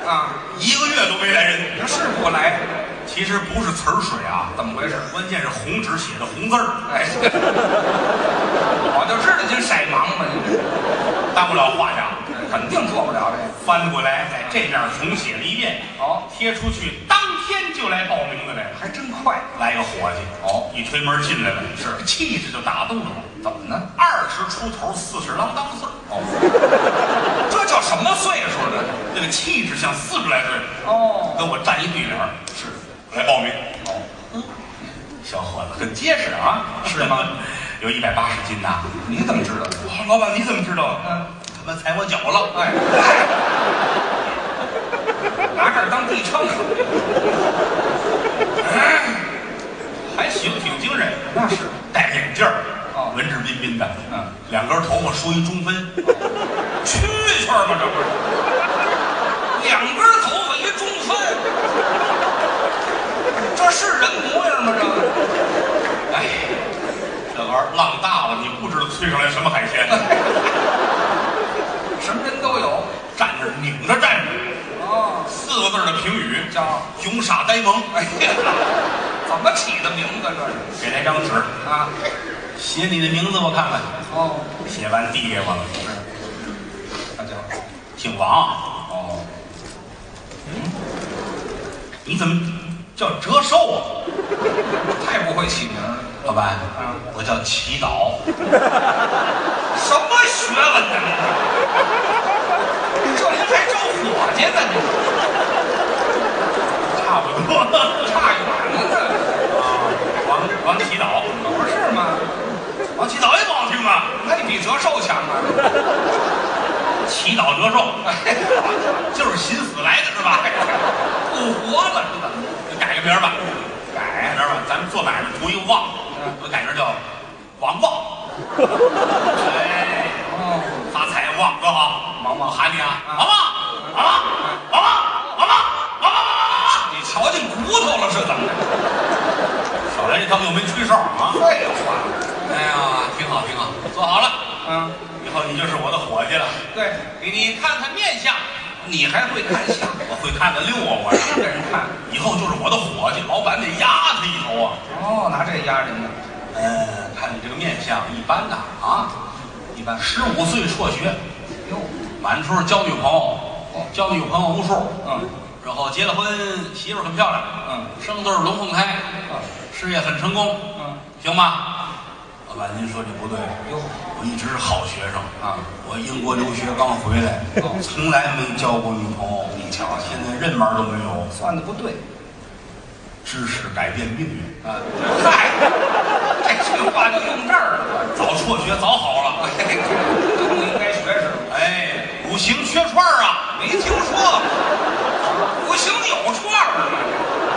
Speaker 2: 这啊，
Speaker 1: 一个月都没来人。
Speaker 2: 这是不来，
Speaker 1: 其实不是词儿水啊，
Speaker 2: 怎么回事？
Speaker 1: 关键是红纸写的红字儿，
Speaker 2: 哎， *laughs* 我就知道您色盲嘛，您
Speaker 1: 当不了画家。
Speaker 2: 这肯定做不了这个。
Speaker 1: 翻过来，在这面重写了一遍，
Speaker 2: 哦，
Speaker 1: 贴出去，当天就来报名的来了。
Speaker 2: 还真快。
Speaker 1: 来个伙计，
Speaker 2: 哦，
Speaker 1: 一推门进来了，是气质就打动了我。
Speaker 2: 怎么呢？
Speaker 1: 二十出头，四十郎当岁儿，
Speaker 2: 哦，这叫什么岁数呢？
Speaker 1: 那个气质像四十来岁，
Speaker 2: 哦，
Speaker 1: 跟我站一对联儿
Speaker 2: 是，
Speaker 1: 来报名。
Speaker 2: 哦，
Speaker 1: 小伙子很结实啊，是吗？ *laughs* 有一百八十斤呐、
Speaker 2: 你怎么知道的？
Speaker 1: 哇，老板你怎么知道？啊
Speaker 2: 嗯，
Speaker 1: 他们踩我脚了。
Speaker 2: 哎，拿这儿当地称了，
Speaker 1: 还行，挺精神。
Speaker 2: 那是
Speaker 1: 戴眼镜儿
Speaker 2: 哦，
Speaker 1: 文质彬彬的。
Speaker 2: 嗯，
Speaker 1: 两根头发梳一 *laughs* 中分，
Speaker 2: 蛐蛐儿吗？这不是，两根头发一中分，是人模样吗？这个，哎，这玩意儿浪大了，你不知道催上来什么海
Speaker 1: *laughs*
Speaker 2: 鲜，什么人都有
Speaker 1: 站那儿拧着站着，
Speaker 2: 啊。
Speaker 1: 四个字儿的评语
Speaker 2: 叫
Speaker 1: 穷傻呆萌。
Speaker 2: 哎呀， *laughs* 怎么起的名字这
Speaker 1: 给来张纸，
Speaker 2: 是啊？
Speaker 1: 写你的名字我看看。
Speaker 2: 哦，
Speaker 1: 写完递给我了，
Speaker 2: 是，他叫
Speaker 1: 姓王，啊
Speaker 2: 哦，
Speaker 1: 你怎么叫折寿啊？
Speaker 2: 太不会起名了，
Speaker 1: 老板
Speaker 2: 啊，
Speaker 1: 我叫祈祷。
Speaker 2: 什么学问呢？你这这您还招伙计呢？你
Speaker 1: 差不多。 *laughs*
Speaker 2: 差远了
Speaker 1: 啊，王王祈祷，
Speaker 2: 呢，不是吗？
Speaker 1: 王祈祷也不好听啊。
Speaker 2: 那你比折寿强啊！
Speaker 1: 祈祷折寿，
Speaker 2: 哎呀
Speaker 1: 就是寻死来的是吧？
Speaker 2: 不活了是怎么？
Speaker 1: 改个名儿吧，改
Speaker 2: 改
Speaker 1: 名儿吧，咱们做买卖图一个旺，我改名儿叫王旺。哎，
Speaker 2: 哦，
Speaker 1: 发财旺多好，
Speaker 2: 王旺
Speaker 1: 喊你啊，王旺，王旺，王旺，王旺，王旺。
Speaker 2: 你瞧进骨头了是怎么的？
Speaker 1: 少来这当右门吹哨啊！
Speaker 2: 废话，
Speaker 1: 哎呀，挺好挺好，做好了，
Speaker 2: 啊，
Speaker 1: 以后你就是我的伙计了。
Speaker 2: 对，
Speaker 1: 给你看看面相，
Speaker 2: 你还会看相，
Speaker 1: 我会看看溜啊我呀。
Speaker 2: 是给人看。
Speaker 1: 以后就是我的伙计，老板得压他一头啊。
Speaker 2: 哦，拿这压人呢。
Speaker 1: 嗯，看你这个面相一般呐啊，一般。十五岁辍学，
Speaker 2: 哟，
Speaker 1: 满处交女朋友，哦交女朋友无数，
Speaker 2: 嗯，
Speaker 1: 然后结了婚，媳妇儿很漂亮，
Speaker 2: 嗯，
Speaker 1: 生的是龙凤胎，
Speaker 2: 啊，
Speaker 1: 事业很成功，
Speaker 2: 嗯，
Speaker 1: 行吧？老板，您说这不对，
Speaker 2: 哟，
Speaker 1: 我一直是好学生
Speaker 2: 啊，
Speaker 1: 我英国留学刚回 *laughs* 来，
Speaker 2: 哦
Speaker 1: 从来没交过女朋友，你瞧，现在任门都没有，
Speaker 2: 算的不对
Speaker 1: 知识改变命运，
Speaker 2: 啊。嗨，这句话就用这儿了。
Speaker 1: 早辍学早好了。
Speaker 2: 哎，这不应该学是吧？
Speaker 1: 哎，五行缺串儿啊，
Speaker 2: 没听说过。五行有串儿吗？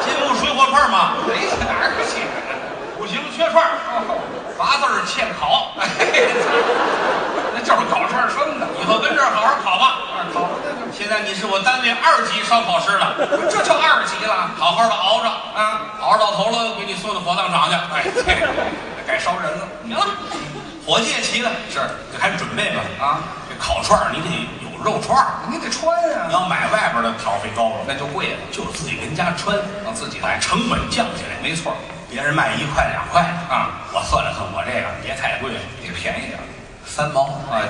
Speaker 1: 金木水火串儿嘛，
Speaker 2: 没去哪儿写的？
Speaker 1: 五行缺串儿，
Speaker 2: 哦，
Speaker 1: 八字儿欠考，
Speaker 2: 哎，那就是搞串儿生的。
Speaker 1: 以后跟这儿好好考吧。
Speaker 2: 二考那个，
Speaker 1: 现在你是我单位二级烧烤师了，
Speaker 2: 这叫二级了
Speaker 1: 好好的熬着，
Speaker 2: 啊！
Speaker 1: 熬着到头了，给你送到火葬场去。
Speaker 2: 哎，
Speaker 1: 哎， *laughs*
Speaker 2: 对，该烧人了。
Speaker 1: 行了，伙计也齐了，
Speaker 2: 是
Speaker 1: 这还准备吧。
Speaker 2: 啊，
Speaker 1: 这烤串儿你得有肉串儿，
Speaker 2: 你得穿
Speaker 1: 你
Speaker 2: 啊，
Speaker 1: 要买外边的挑费高了，
Speaker 2: 那就贵了，
Speaker 1: 就自己跟家穿，
Speaker 2: 让啊自己来。
Speaker 1: 把成本降下来。
Speaker 2: 没错儿，
Speaker 1: 别人卖一块两块的
Speaker 2: 啊，
Speaker 1: 我算了算，我这个别太贵了，
Speaker 2: 得便宜点儿。
Speaker 1: 三毛。
Speaker 2: 啊，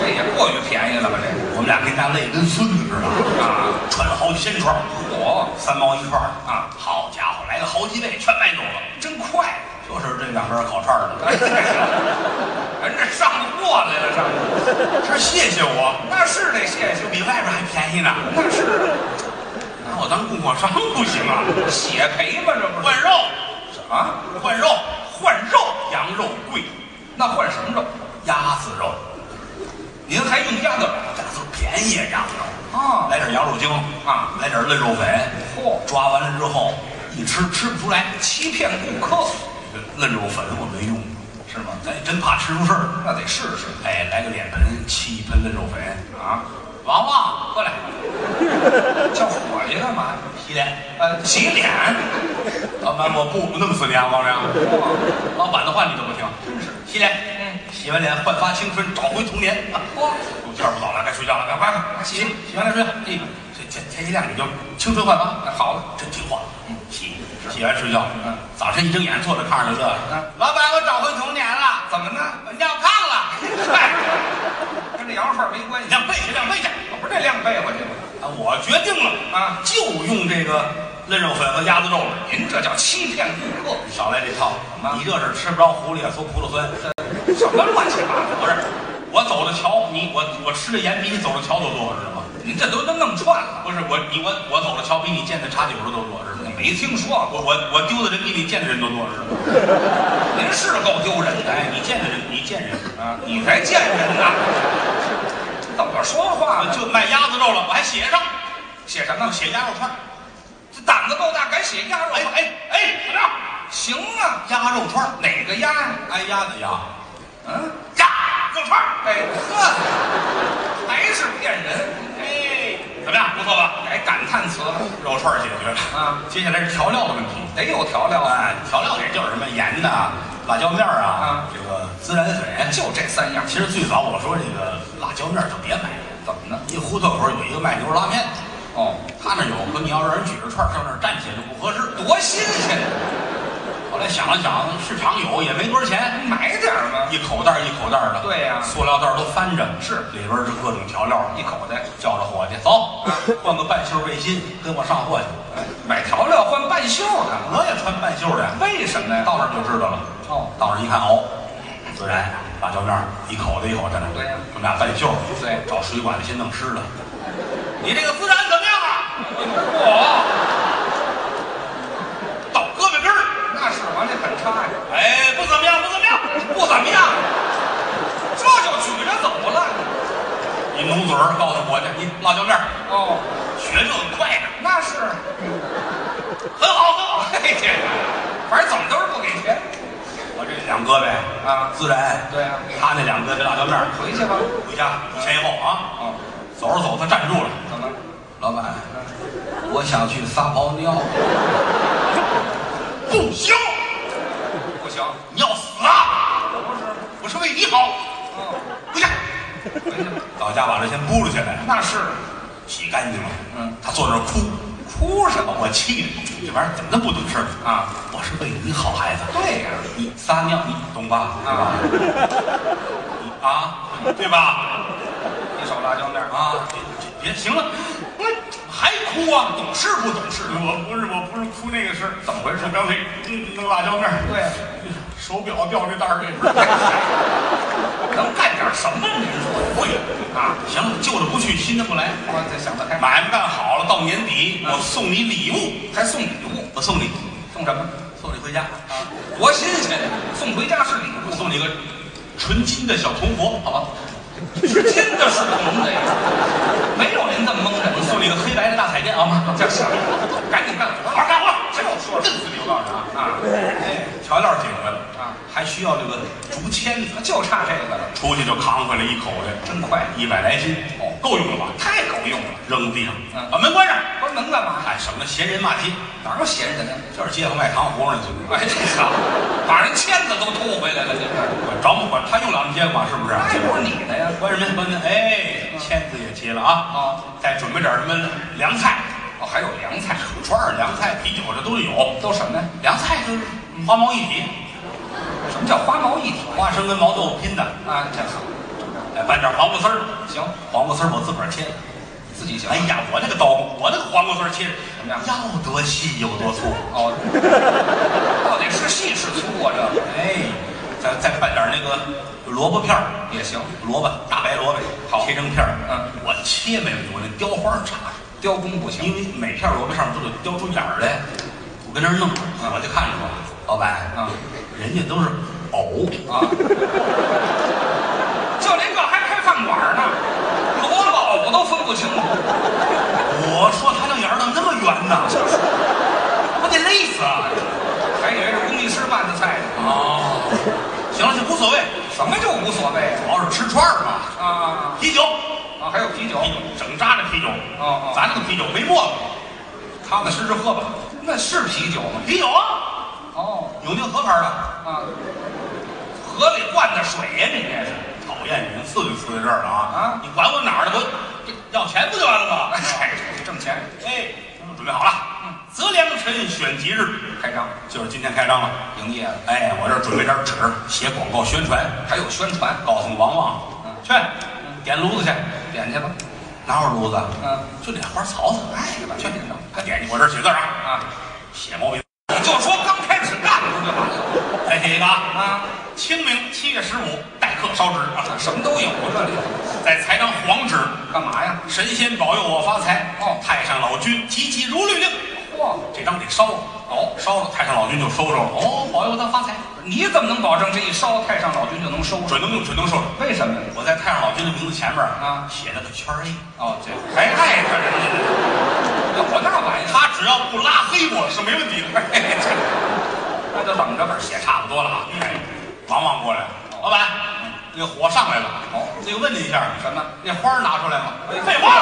Speaker 2: 这也过于便宜了吧？这
Speaker 1: 我们俩跟家累得跟孙子似的，
Speaker 2: 个啊，
Speaker 1: 穿好几千串儿，
Speaker 2: 我
Speaker 1: 三毛一串儿
Speaker 2: 啊！
Speaker 1: 好家伙，来个好几位全卖走了，
Speaker 2: 真快，
Speaker 1: 就是这两边烤串儿的，
Speaker 2: 哎人这上货来了，上货
Speaker 1: 这谢谢我，
Speaker 2: 那是得谢谢，
Speaker 1: 比外边还便宜呢，
Speaker 2: 那是
Speaker 1: 拿我当供货商不行啊！
Speaker 2: 血赔吧？这不
Speaker 1: 换肉，
Speaker 2: 是啊？
Speaker 1: 换肉，换肉，羊肉贵，
Speaker 2: 那换什么肉？
Speaker 1: 鸭子肉，
Speaker 2: 您还用鸭子肉
Speaker 1: 鸭子便宜啊，羊肉，
Speaker 2: 啊？
Speaker 1: 来点羊肉精
Speaker 2: 啊，
Speaker 1: 来点嫩肉粉，
Speaker 2: 嚯，
Speaker 1: 抓完了之后一吃吃不出来，
Speaker 2: 欺骗顾客，
Speaker 1: 这嫩肉粉我没用，
Speaker 2: 是吗？
Speaker 1: 咱也真怕吃出事儿。
Speaker 2: 那得试试
Speaker 1: 哎，来个脸盆，沏一盆嫩肉粉。
Speaker 2: 啊！
Speaker 1: 王王，过来
Speaker 2: 叫伙计干嘛呀？
Speaker 1: 洗脸。
Speaker 2: 呃，
Speaker 1: 洗脸？老板，我不弄死你啊，王亮！
Speaker 2: 嚯，
Speaker 1: 老板的话你都不听，
Speaker 2: 真是，
Speaker 1: 洗脸。
Speaker 2: 嗯，
Speaker 1: 洗完脸，焕发青春，找回童年。啊
Speaker 2: 嚯，
Speaker 1: 有天儿不早了，该睡觉了，赶快快洗
Speaker 2: 行
Speaker 1: 洗完了睡觉。哎，这天天一亮你就青春焕发，
Speaker 2: 那好了，
Speaker 1: 真听话。嗯洗
Speaker 2: 是
Speaker 1: 洗完睡觉
Speaker 2: 嗯，
Speaker 1: 早晨一睁眼坐在炕上就乐了
Speaker 2: 嗯。
Speaker 1: 老板，我找回童年了，
Speaker 2: 怎么呢？
Speaker 1: 我尿炕了。哎
Speaker 2: 嗨，跟这羊肉串没关系，
Speaker 1: 晾被去，晾被去。
Speaker 2: 我不是这晾被回去吗？
Speaker 1: 啊，我决定了。
Speaker 2: 啊，
Speaker 1: 就用这个嫩肉粉和鸭子肉了。
Speaker 2: 您这叫欺骗顾客，
Speaker 1: 少来这套
Speaker 2: 么，
Speaker 1: 你这是吃不着狐狸也说葡萄酸。
Speaker 2: 什么乱七八糟？
Speaker 1: 不是，我走着瞧，你我我吃的盐比你走着瞧都多，知道吗？
Speaker 2: 您这都都弄串了，
Speaker 1: 不是我你我我走着瞧比你见的差九十都多，知道吗？
Speaker 2: 没听说过。
Speaker 1: 我我我丢的人比你见的人都多，知道吗？ *laughs*
Speaker 2: 您是够丢人的，
Speaker 1: 哎，你见的人你见人
Speaker 2: 啊，你才见人呢！怎么说
Speaker 1: 啊，
Speaker 2: 话呢？
Speaker 1: 就卖鸭子肉了，我还写上，
Speaker 2: 写什
Speaker 1: 我
Speaker 2: 么？
Speaker 1: 写鸭肉串儿。
Speaker 2: 这胆子够大，敢写鸭肉？
Speaker 1: 哎哎哎，怎么样？
Speaker 2: 行啊，
Speaker 1: 鸭肉串儿，
Speaker 2: 哪个鸭呀？
Speaker 1: 哎鸭的鸭，
Speaker 2: 嗯，
Speaker 1: 鸭肉串儿。
Speaker 2: 哎呵，还是骗人。
Speaker 1: 哎，嗯
Speaker 2: 怎么样？
Speaker 1: 不错吧？
Speaker 2: 改感叹词
Speaker 1: 肉串儿解决了
Speaker 2: 啊
Speaker 1: 接下来是调料的问题。
Speaker 2: 得有调料啊，
Speaker 1: 哎，调料里就是什么盐呐、辣椒面儿啊
Speaker 2: 啊，
Speaker 1: 这个孜然水。
Speaker 2: 哎就这三样。
Speaker 1: 其实最早我说这个辣椒面儿就别买了。
Speaker 2: 怎么呢？
Speaker 1: 一胡同口有一个卖牛肉拉面的，
Speaker 2: 哦，
Speaker 1: 他那有，可你要让人举着串儿上那儿站起来就不合适。
Speaker 2: 多新鲜！
Speaker 1: 后来想了想，市场有也没多少钱，
Speaker 2: 买点儿嘛，
Speaker 1: 一口袋儿一口袋儿的，
Speaker 2: 对呀
Speaker 1: 塑料袋儿都翻着，
Speaker 2: 是
Speaker 1: 里边儿是各种调料，
Speaker 2: 一口袋。
Speaker 1: 叫着伙计走，
Speaker 2: 啊
Speaker 1: 换个半袖背心，跟我上货去。
Speaker 2: 买调料换半袖的，
Speaker 1: 我也穿半袖的呀，
Speaker 2: 为什么呀？
Speaker 1: 到那儿就知道了。
Speaker 2: 哦，
Speaker 1: 到那儿一看，哦，孜然、辣椒面儿，一口的一口的。
Speaker 2: 对呀
Speaker 1: 我们俩半袖，
Speaker 2: 对
Speaker 1: 找水管子先弄湿了。你这个孜然怎么样啊？
Speaker 2: 我
Speaker 1: 到胳膊根儿，
Speaker 2: 那是我这很差呀，
Speaker 1: 哎，不怎么样，不怎么样。
Speaker 2: 不怎么样，这就举着走了。
Speaker 1: 一努嘴儿告诉我去，你辣椒面儿
Speaker 2: 哦，
Speaker 1: 学就很快啊的，
Speaker 2: 那是，
Speaker 1: 很好，很好。
Speaker 2: 嘿这反正怎么都是不给钱。
Speaker 1: 我这两胳膊
Speaker 2: 啊
Speaker 1: 孜然，
Speaker 2: 对啊
Speaker 1: 他那两胳膊辣椒面儿，
Speaker 2: 回去吧。
Speaker 1: 回家一前一后啊，
Speaker 2: 哦，
Speaker 1: 走着走着站住了，
Speaker 2: 怎么？
Speaker 1: 老板，我想去撒泡尿， *laughs* 不行，
Speaker 2: 不行，
Speaker 1: 你要死啊！
Speaker 2: 我不是。
Speaker 1: 我是为你好，
Speaker 2: 哦，
Speaker 1: 回家。
Speaker 2: 回去吧。
Speaker 1: 到家把这先拨了起来，
Speaker 2: 那是
Speaker 1: 洗干净了。
Speaker 2: 嗯，
Speaker 1: 他坐那儿哭，
Speaker 2: 哭什
Speaker 1: 把
Speaker 2: 么？
Speaker 1: 我气的，这玩意儿怎么那么不懂事儿呢
Speaker 2: 啊？
Speaker 1: 我是为你好，孩子，
Speaker 2: 对呀、
Speaker 1: 你撒尿你懂吧？
Speaker 2: 啊，
Speaker 1: 你啊，对吧？
Speaker 2: 一手辣椒面儿啊，
Speaker 1: 啊，别别行了，我还哭啊？懂事不懂事？我不是，我不是哭那个事儿，
Speaker 2: 怎么回事
Speaker 1: 我刚才嗯那辣椒面儿，
Speaker 2: 对呀、
Speaker 1: 手表掉这袋儿里 *laughs* 边儿，
Speaker 2: 能干点什么？您说
Speaker 1: 会啊？行了，旧的不去，新的不来。
Speaker 2: 我这想的太满，
Speaker 1: 买卖干好了，到年底
Speaker 2: 嗯
Speaker 1: 我送你礼物，
Speaker 2: 还送礼物，
Speaker 1: 我送你，
Speaker 2: 送什么？
Speaker 1: 送你回家，
Speaker 2: 啊，多新鲜！送回家是礼物，
Speaker 1: 送你个纯金的小铜佛，好吧？
Speaker 2: 是金的，是铜的呀，没有您这么蒙人
Speaker 1: 我
Speaker 2: 的。
Speaker 1: 送你个黑白的大彩电啊！
Speaker 2: 这想的，赶紧干活
Speaker 1: 好
Speaker 2: 儿
Speaker 1: 好干活，哎
Speaker 2: 这又说
Speaker 1: 摁死你！我告诉你啊，
Speaker 2: 啊！
Speaker 1: 调料解决了
Speaker 2: 啊，
Speaker 1: 还需要这个竹签子，
Speaker 2: 就差这个了，
Speaker 1: 出去就扛回来一口袋，
Speaker 2: 真快！
Speaker 1: 一百来斤，哦，够用了吧？
Speaker 2: 太够用了，
Speaker 1: 扔地上，哎
Speaker 2: 嗯
Speaker 1: 把门关上，
Speaker 2: 关门干嘛？
Speaker 1: 哎，省得闲人骂街，
Speaker 2: 哪有闲人啊？
Speaker 1: 就是街坊卖糖葫芦呢，就
Speaker 2: 哎，这个把人签子都吐回来了，这是。
Speaker 1: 管着不管，他用两天吧，是不是？
Speaker 2: 那也不是你的呀，
Speaker 1: 关什么呀？关门，哎，签子也贴了啊。
Speaker 2: 哦
Speaker 1: 再准备点什么凉菜，
Speaker 2: 哦，还有凉菜，
Speaker 1: 手串儿、凉菜、啤酒这都得有。
Speaker 2: 都什么呀？
Speaker 1: 凉菜就是花毛一体，
Speaker 2: 什么叫花毛一体
Speaker 1: 花生跟毛豆腐拼的，
Speaker 2: 啊？这好，
Speaker 1: 哎，拌点黄瓜丝儿。
Speaker 2: 行，
Speaker 1: 黄瓜丝儿我自个儿切的。
Speaker 2: 自己行。
Speaker 1: 哎呀，我那个刀工，我那个黄瓜丝儿切的
Speaker 2: 怎么样
Speaker 1: 要多细有多粗。
Speaker 2: 哦，到底是细是粗啊？这
Speaker 1: 哎，再再拌点那个萝卜片儿，
Speaker 2: 也行，
Speaker 1: 萝卜大白萝卜，
Speaker 2: 好
Speaker 1: 切成片儿。
Speaker 2: 嗯，
Speaker 1: 我切没问题，我那雕花儿差。
Speaker 2: 雕工不行
Speaker 1: 因为每片萝卜上面都得雕出眼儿来，我跟那儿弄，我就看着我老板，
Speaker 2: 啊
Speaker 1: 人家都是藕，
Speaker 2: 啊！就您这还开饭馆呢？萝卜藕都分不清楚，
Speaker 1: 我说他那眼儿怎么那么圆呢？我得累死啊！
Speaker 2: 还以为是工艺师拌的菜呢。
Speaker 1: 哦，行了，就无所谓，
Speaker 2: 什么就无所谓
Speaker 1: 主要是吃串儿嘛，
Speaker 2: 啊？
Speaker 1: 啤酒，
Speaker 2: 啊，还有啤酒
Speaker 1: 啤，酒整扎的啤酒，
Speaker 2: 哦哦
Speaker 1: 咱这个啤酒没沫子，踏踏实实喝吧，
Speaker 2: 那是啤酒吗？
Speaker 1: 啤酒啊，
Speaker 2: 哦
Speaker 1: 永定河牌儿的，
Speaker 2: 啊，
Speaker 1: 河里灌的水呀，你这是 *laughs* 讨厌你，刺就刺在这儿了啊
Speaker 2: 啊！
Speaker 1: 你管我哪儿的，我这要钱不就完了 *laughs* 吗？
Speaker 2: 哎，挣钱
Speaker 1: 哎，我们准备好了，择良辰选吉日，
Speaker 2: 开张
Speaker 1: 就是今天开张了。
Speaker 2: 营业了，
Speaker 1: 哎，我这儿准备点纸，写广告宣传，
Speaker 2: 还有宣传，
Speaker 1: 告诉王旺
Speaker 2: 嗯
Speaker 1: 去点炉子去，
Speaker 2: 点去吧。
Speaker 1: 哪有炉子？
Speaker 2: 嗯，
Speaker 1: 就俩花草草，
Speaker 2: 哎，把
Speaker 1: 去
Speaker 2: 这点上
Speaker 1: 快点去，我这儿写字啊，
Speaker 2: 啊！
Speaker 1: 写毛笔，
Speaker 2: 你就说刚开始干不就完了
Speaker 1: 再写一个啊。
Speaker 2: 啊？
Speaker 1: 清明七月十五待客烧纸啊，
Speaker 2: 什么都有这里
Speaker 1: 再裁张黄纸，
Speaker 2: 干嘛呀？
Speaker 1: 神仙保佑我发财。
Speaker 2: 哦
Speaker 1: 太上老君急急如律令，
Speaker 2: 嚯，
Speaker 1: 这张得烧了。哦，烧了，太上老君就收收了。哦，保佑他发财，
Speaker 2: 你怎么能保证这一烧太上老君就能收着？
Speaker 1: 准能用，准能收着。
Speaker 2: 为什么呀？
Speaker 1: 我在太上老君的名字前面
Speaker 2: 啊
Speaker 1: 写了个圈儿 A，
Speaker 2: 哦，这
Speaker 1: 还爱他人家。
Speaker 2: 我那玩意儿， *laughs*
Speaker 1: 他只要不拉黑我是没问题的。
Speaker 2: 嘿嘿这那就等着吧。
Speaker 1: 写差不多了啊，哎，王旺过来了，老板，那个火上来了。
Speaker 2: 哦，
Speaker 1: 那个问你一下，
Speaker 2: 什么？
Speaker 1: 那花儿拿出来吗
Speaker 2: 哎？
Speaker 1: 废话，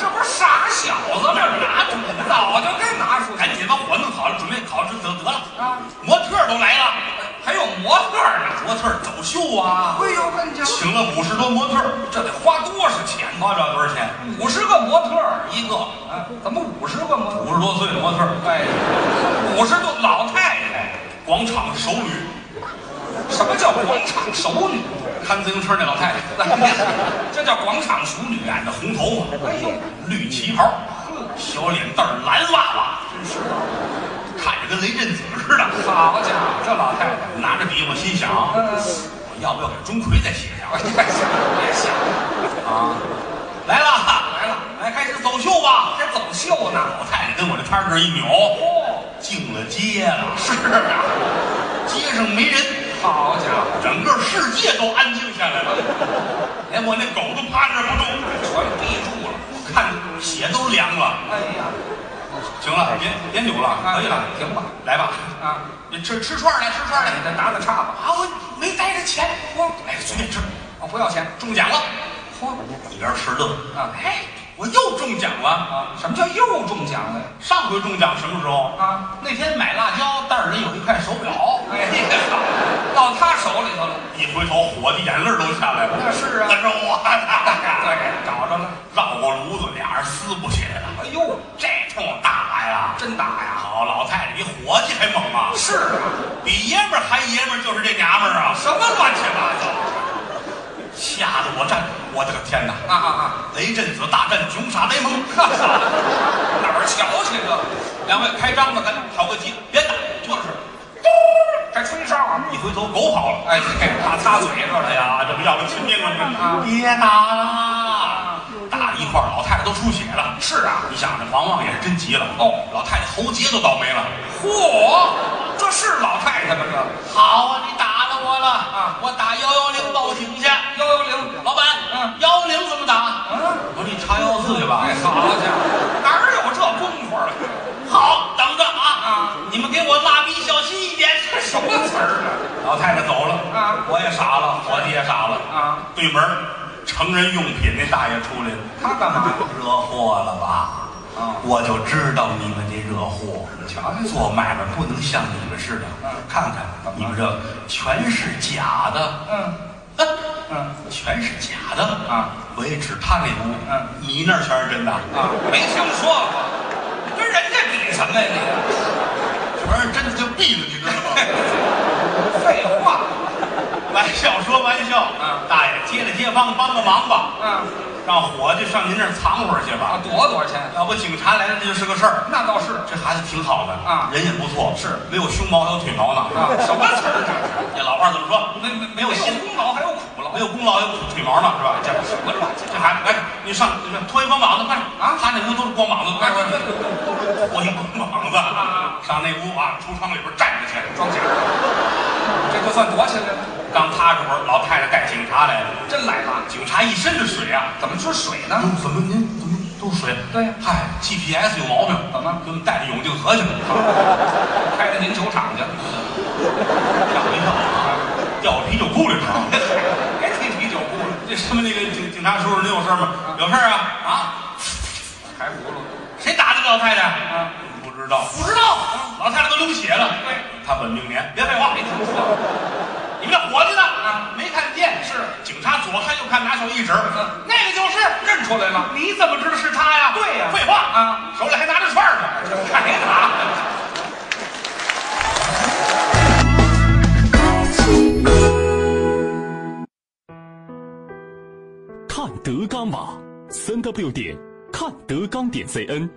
Speaker 2: 不是傻小子吗？
Speaker 1: 哪拿出来的
Speaker 2: 早就该拿出来。
Speaker 1: 赶紧把火弄好了，准备考试得得了。
Speaker 2: 啊，
Speaker 1: 模特儿都来了，
Speaker 2: 还有模特儿呢。
Speaker 1: 模特儿走秀啊，
Speaker 2: 哎呦，跟你讲，
Speaker 1: 请了五十多模特儿，
Speaker 2: 这得花多少钱呢？
Speaker 1: 花不了多少钱，
Speaker 2: 五十个模特儿
Speaker 1: 一个
Speaker 2: 啊，怎么五十个模特儿？
Speaker 1: 五十多岁的模特儿，
Speaker 2: 哎，五十多老太太，
Speaker 1: 广场首旅，
Speaker 2: 什么叫广场熟女？
Speaker 1: 看自行车那老太太，
Speaker 2: 这叫广场熟女啊！
Speaker 1: 染着红头发，
Speaker 2: 哎呦，嗯
Speaker 1: 绿旗袍，小脸蛋儿蓝娃娃，
Speaker 2: 真是啊
Speaker 1: 看着跟雷震子似的。
Speaker 2: 好家伙，这老太太，
Speaker 1: 拿着笔，我心想，我
Speaker 2: 嗯，
Speaker 1: 要不要给钟馗再写上？
Speaker 2: 别想，别想，
Speaker 1: 啊，来了，
Speaker 2: 来了，
Speaker 1: 来开始走秀吧。
Speaker 2: 还走秀呢。
Speaker 1: 老太太跟我这摊儿这儿一扭，
Speaker 2: 哦，
Speaker 1: 进了街了。是啊，街上没人，
Speaker 2: 好家伙，
Speaker 1: 整个世界都安静下来了，连我那狗都趴那儿不住，
Speaker 2: 全闭住了。
Speaker 1: 我看血都凉了。
Speaker 2: 哎呀，哎
Speaker 1: 行了，别别扭了，可以了，
Speaker 2: 停吧。
Speaker 1: 来吧，
Speaker 2: 啊，
Speaker 1: 你吃吃串儿来，吃串儿来
Speaker 2: 你。再拿拿叉吧。
Speaker 1: 啊，我没带着钱，我哎随便吃，
Speaker 2: 我不要钱。
Speaker 1: 中奖了，
Speaker 2: 嚯
Speaker 1: 一边吃乐。
Speaker 2: 啊
Speaker 1: 哎，我又中奖了。
Speaker 2: 啊！什么叫又中奖了呀？
Speaker 1: 上回中奖什么时候？
Speaker 2: 啊，
Speaker 1: 那天买辣椒，袋儿里有一块手表。
Speaker 2: 哎呀，到他手里头了。
Speaker 1: 一回头，火的眼泪儿都下来了。
Speaker 2: 那是啊
Speaker 1: 那是我的。
Speaker 2: 对，找着了。
Speaker 1: 绕过炉子，俩人撕不起来了。
Speaker 2: 哎呦，
Speaker 1: 这通打呀，
Speaker 2: 真打呀！
Speaker 1: 好老太太比伙计还猛啊，
Speaker 2: 是啊，
Speaker 1: 比爷们儿还爷们儿，就是这娘们儿啊！
Speaker 2: 什么乱七八糟
Speaker 1: 吓得我站，我的个天哪！
Speaker 2: 啊啊啊！
Speaker 1: 雷震子大战穷傻呆萌，
Speaker 2: *laughs* 哈哈，哪儿瞧去这？
Speaker 1: 两位开张吧，咱讨个急，别打，就是
Speaker 2: 还吹哨啊？
Speaker 1: 一回头狗跑了。
Speaker 2: 哎，怕擦嘴上
Speaker 1: 哎
Speaker 2: 了呀？
Speaker 1: 呀，这不要了亲命
Speaker 2: 啊
Speaker 1: 了！别打了，打了一块儿，老太太都出血了。
Speaker 2: 是啊，
Speaker 1: 你想，这王旺也是真急了
Speaker 2: 哦，
Speaker 1: 老太太喉结都倒霉了。
Speaker 2: 嚯，这是老太太吗？这
Speaker 1: 好啊，你打了我了
Speaker 2: 啊
Speaker 1: 我打幺幺零报警去。
Speaker 2: 幺幺零，
Speaker 1: 老板，
Speaker 2: 嗯
Speaker 1: 幺零怎么打？
Speaker 2: 嗯，
Speaker 1: 我说你查幺四去吧
Speaker 2: 哎，好家伙，哪儿有这功夫了？
Speaker 1: 啊好，等着啊
Speaker 2: 啊！
Speaker 1: 你们给我蜡笔小新一点。
Speaker 2: 这什么词儿
Speaker 1: 老太太走了
Speaker 2: 啊
Speaker 1: 我也傻了，伙计也傻了
Speaker 2: 啊！
Speaker 1: 对门儿成人用品那大爷出来了，
Speaker 2: 他干嘛呀
Speaker 1: 惹祸了吧？
Speaker 2: 啊
Speaker 1: 我就知道你们这惹祸。
Speaker 2: 瞧瞧
Speaker 1: 做买卖不能像你们似的
Speaker 2: 嗯，
Speaker 1: 看看你们这全是假的，
Speaker 2: 嗯嗯，
Speaker 1: 全是假的
Speaker 2: 啊！
Speaker 1: 我也只他那屋，
Speaker 2: 嗯，
Speaker 1: 你那儿全是真的，
Speaker 2: 啊，没听说过，跟人家比什么呀你？
Speaker 1: 全是真的就毙了，你知道吗？
Speaker 2: 废话，
Speaker 1: *laughs* 玩笑说玩笑，
Speaker 2: 嗯
Speaker 1: 大爷街里街坊帮个忙吧，
Speaker 2: 啊
Speaker 1: 让伙计上您那儿藏会儿去
Speaker 2: 啊
Speaker 1: 吧，，
Speaker 2: 躲躲去，
Speaker 1: 要不警察来了这就是个事儿。
Speaker 2: 那倒是
Speaker 1: 这孩子挺好的
Speaker 2: 啊
Speaker 1: 人也不错，
Speaker 2: 是
Speaker 1: 没有胸毛，还有腿毛呢。
Speaker 2: 啊，什么词儿这是？
Speaker 1: 这老话怎么说？
Speaker 2: 没没没有辛功劳还有苦劳，
Speaker 1: 没有功劳，有腿毛呢，是吧？
Speaker 2: 这什么乱七
Speaker 1: 这孩子，来，你上，你上脱一光膀子，快
Speaker 2: 啊
Speaker 1: 他那屋都是光膀子，
Speaker 2: 八
Speaker 1: 快
Speaker 2: 糟
Speaker 1: 快
Speaker 2: 的？
Speaker 1: 快，脱一光膀子，
Speaker 2: 啊
Speaker 1: 上那屋啊，橱窗里边站着去。
Speaker 2: 装假，这就算躲起来了。
Speaker 1: 刚踏着会儿，老太太带警察来了，
Speaker 2: 真来了，
Speaker 1: 警察一身的水啊！
Speaker 2: 怎么是水呢？
Speaker 1: 哟，怎么您怎么都水？啊
Speaker 2: 对呀
Speaker 1: 嗨，GPS 有毛病，
Speaker 2: 怎么
Speaker 1: 给我们带着永定河去了？
Speaker 2: 开到您球场去，
Speaker 1: 吓我一跳啊，掉啤酒库里边儿。
Speaker 2: 别提啤酒肚了，
Speaker 1: 这什么那个警警察叔叔，您有事儿吗？有事儿啊啊！
Speaker 2: 开葫芦。
Speaker 1: 谁打的这老太太？
Speaker 2: 啊，
Speaker 1: 不知道，不知道。老太太都流血了。
Speaker 2: 对，
Speaker 1: 她本命年。别废话
Speaker 2: 没，听说，
Speaker 1: 你们这伙计呢？
Speaker 2: 啊，
Speaker 1: 没看见。是警察左看右看，拿手一指，
Speaker 2: 嗯
Speaker 1: 那个就是。
Speaker 2: 认出来了，
Speaker 1: 你怎么知道是他呀？
Speaker 2: 对呀
Speaker 1: 废话
Speaker 2: 啊，
Speaker 1: 手里还拿着串儿呢。
Speaker 2: 还
Speaker 1: *laughs*
Speaker 2: 拿。
Speaker 3: 看德纲网，三 W 点看德纲点 CN。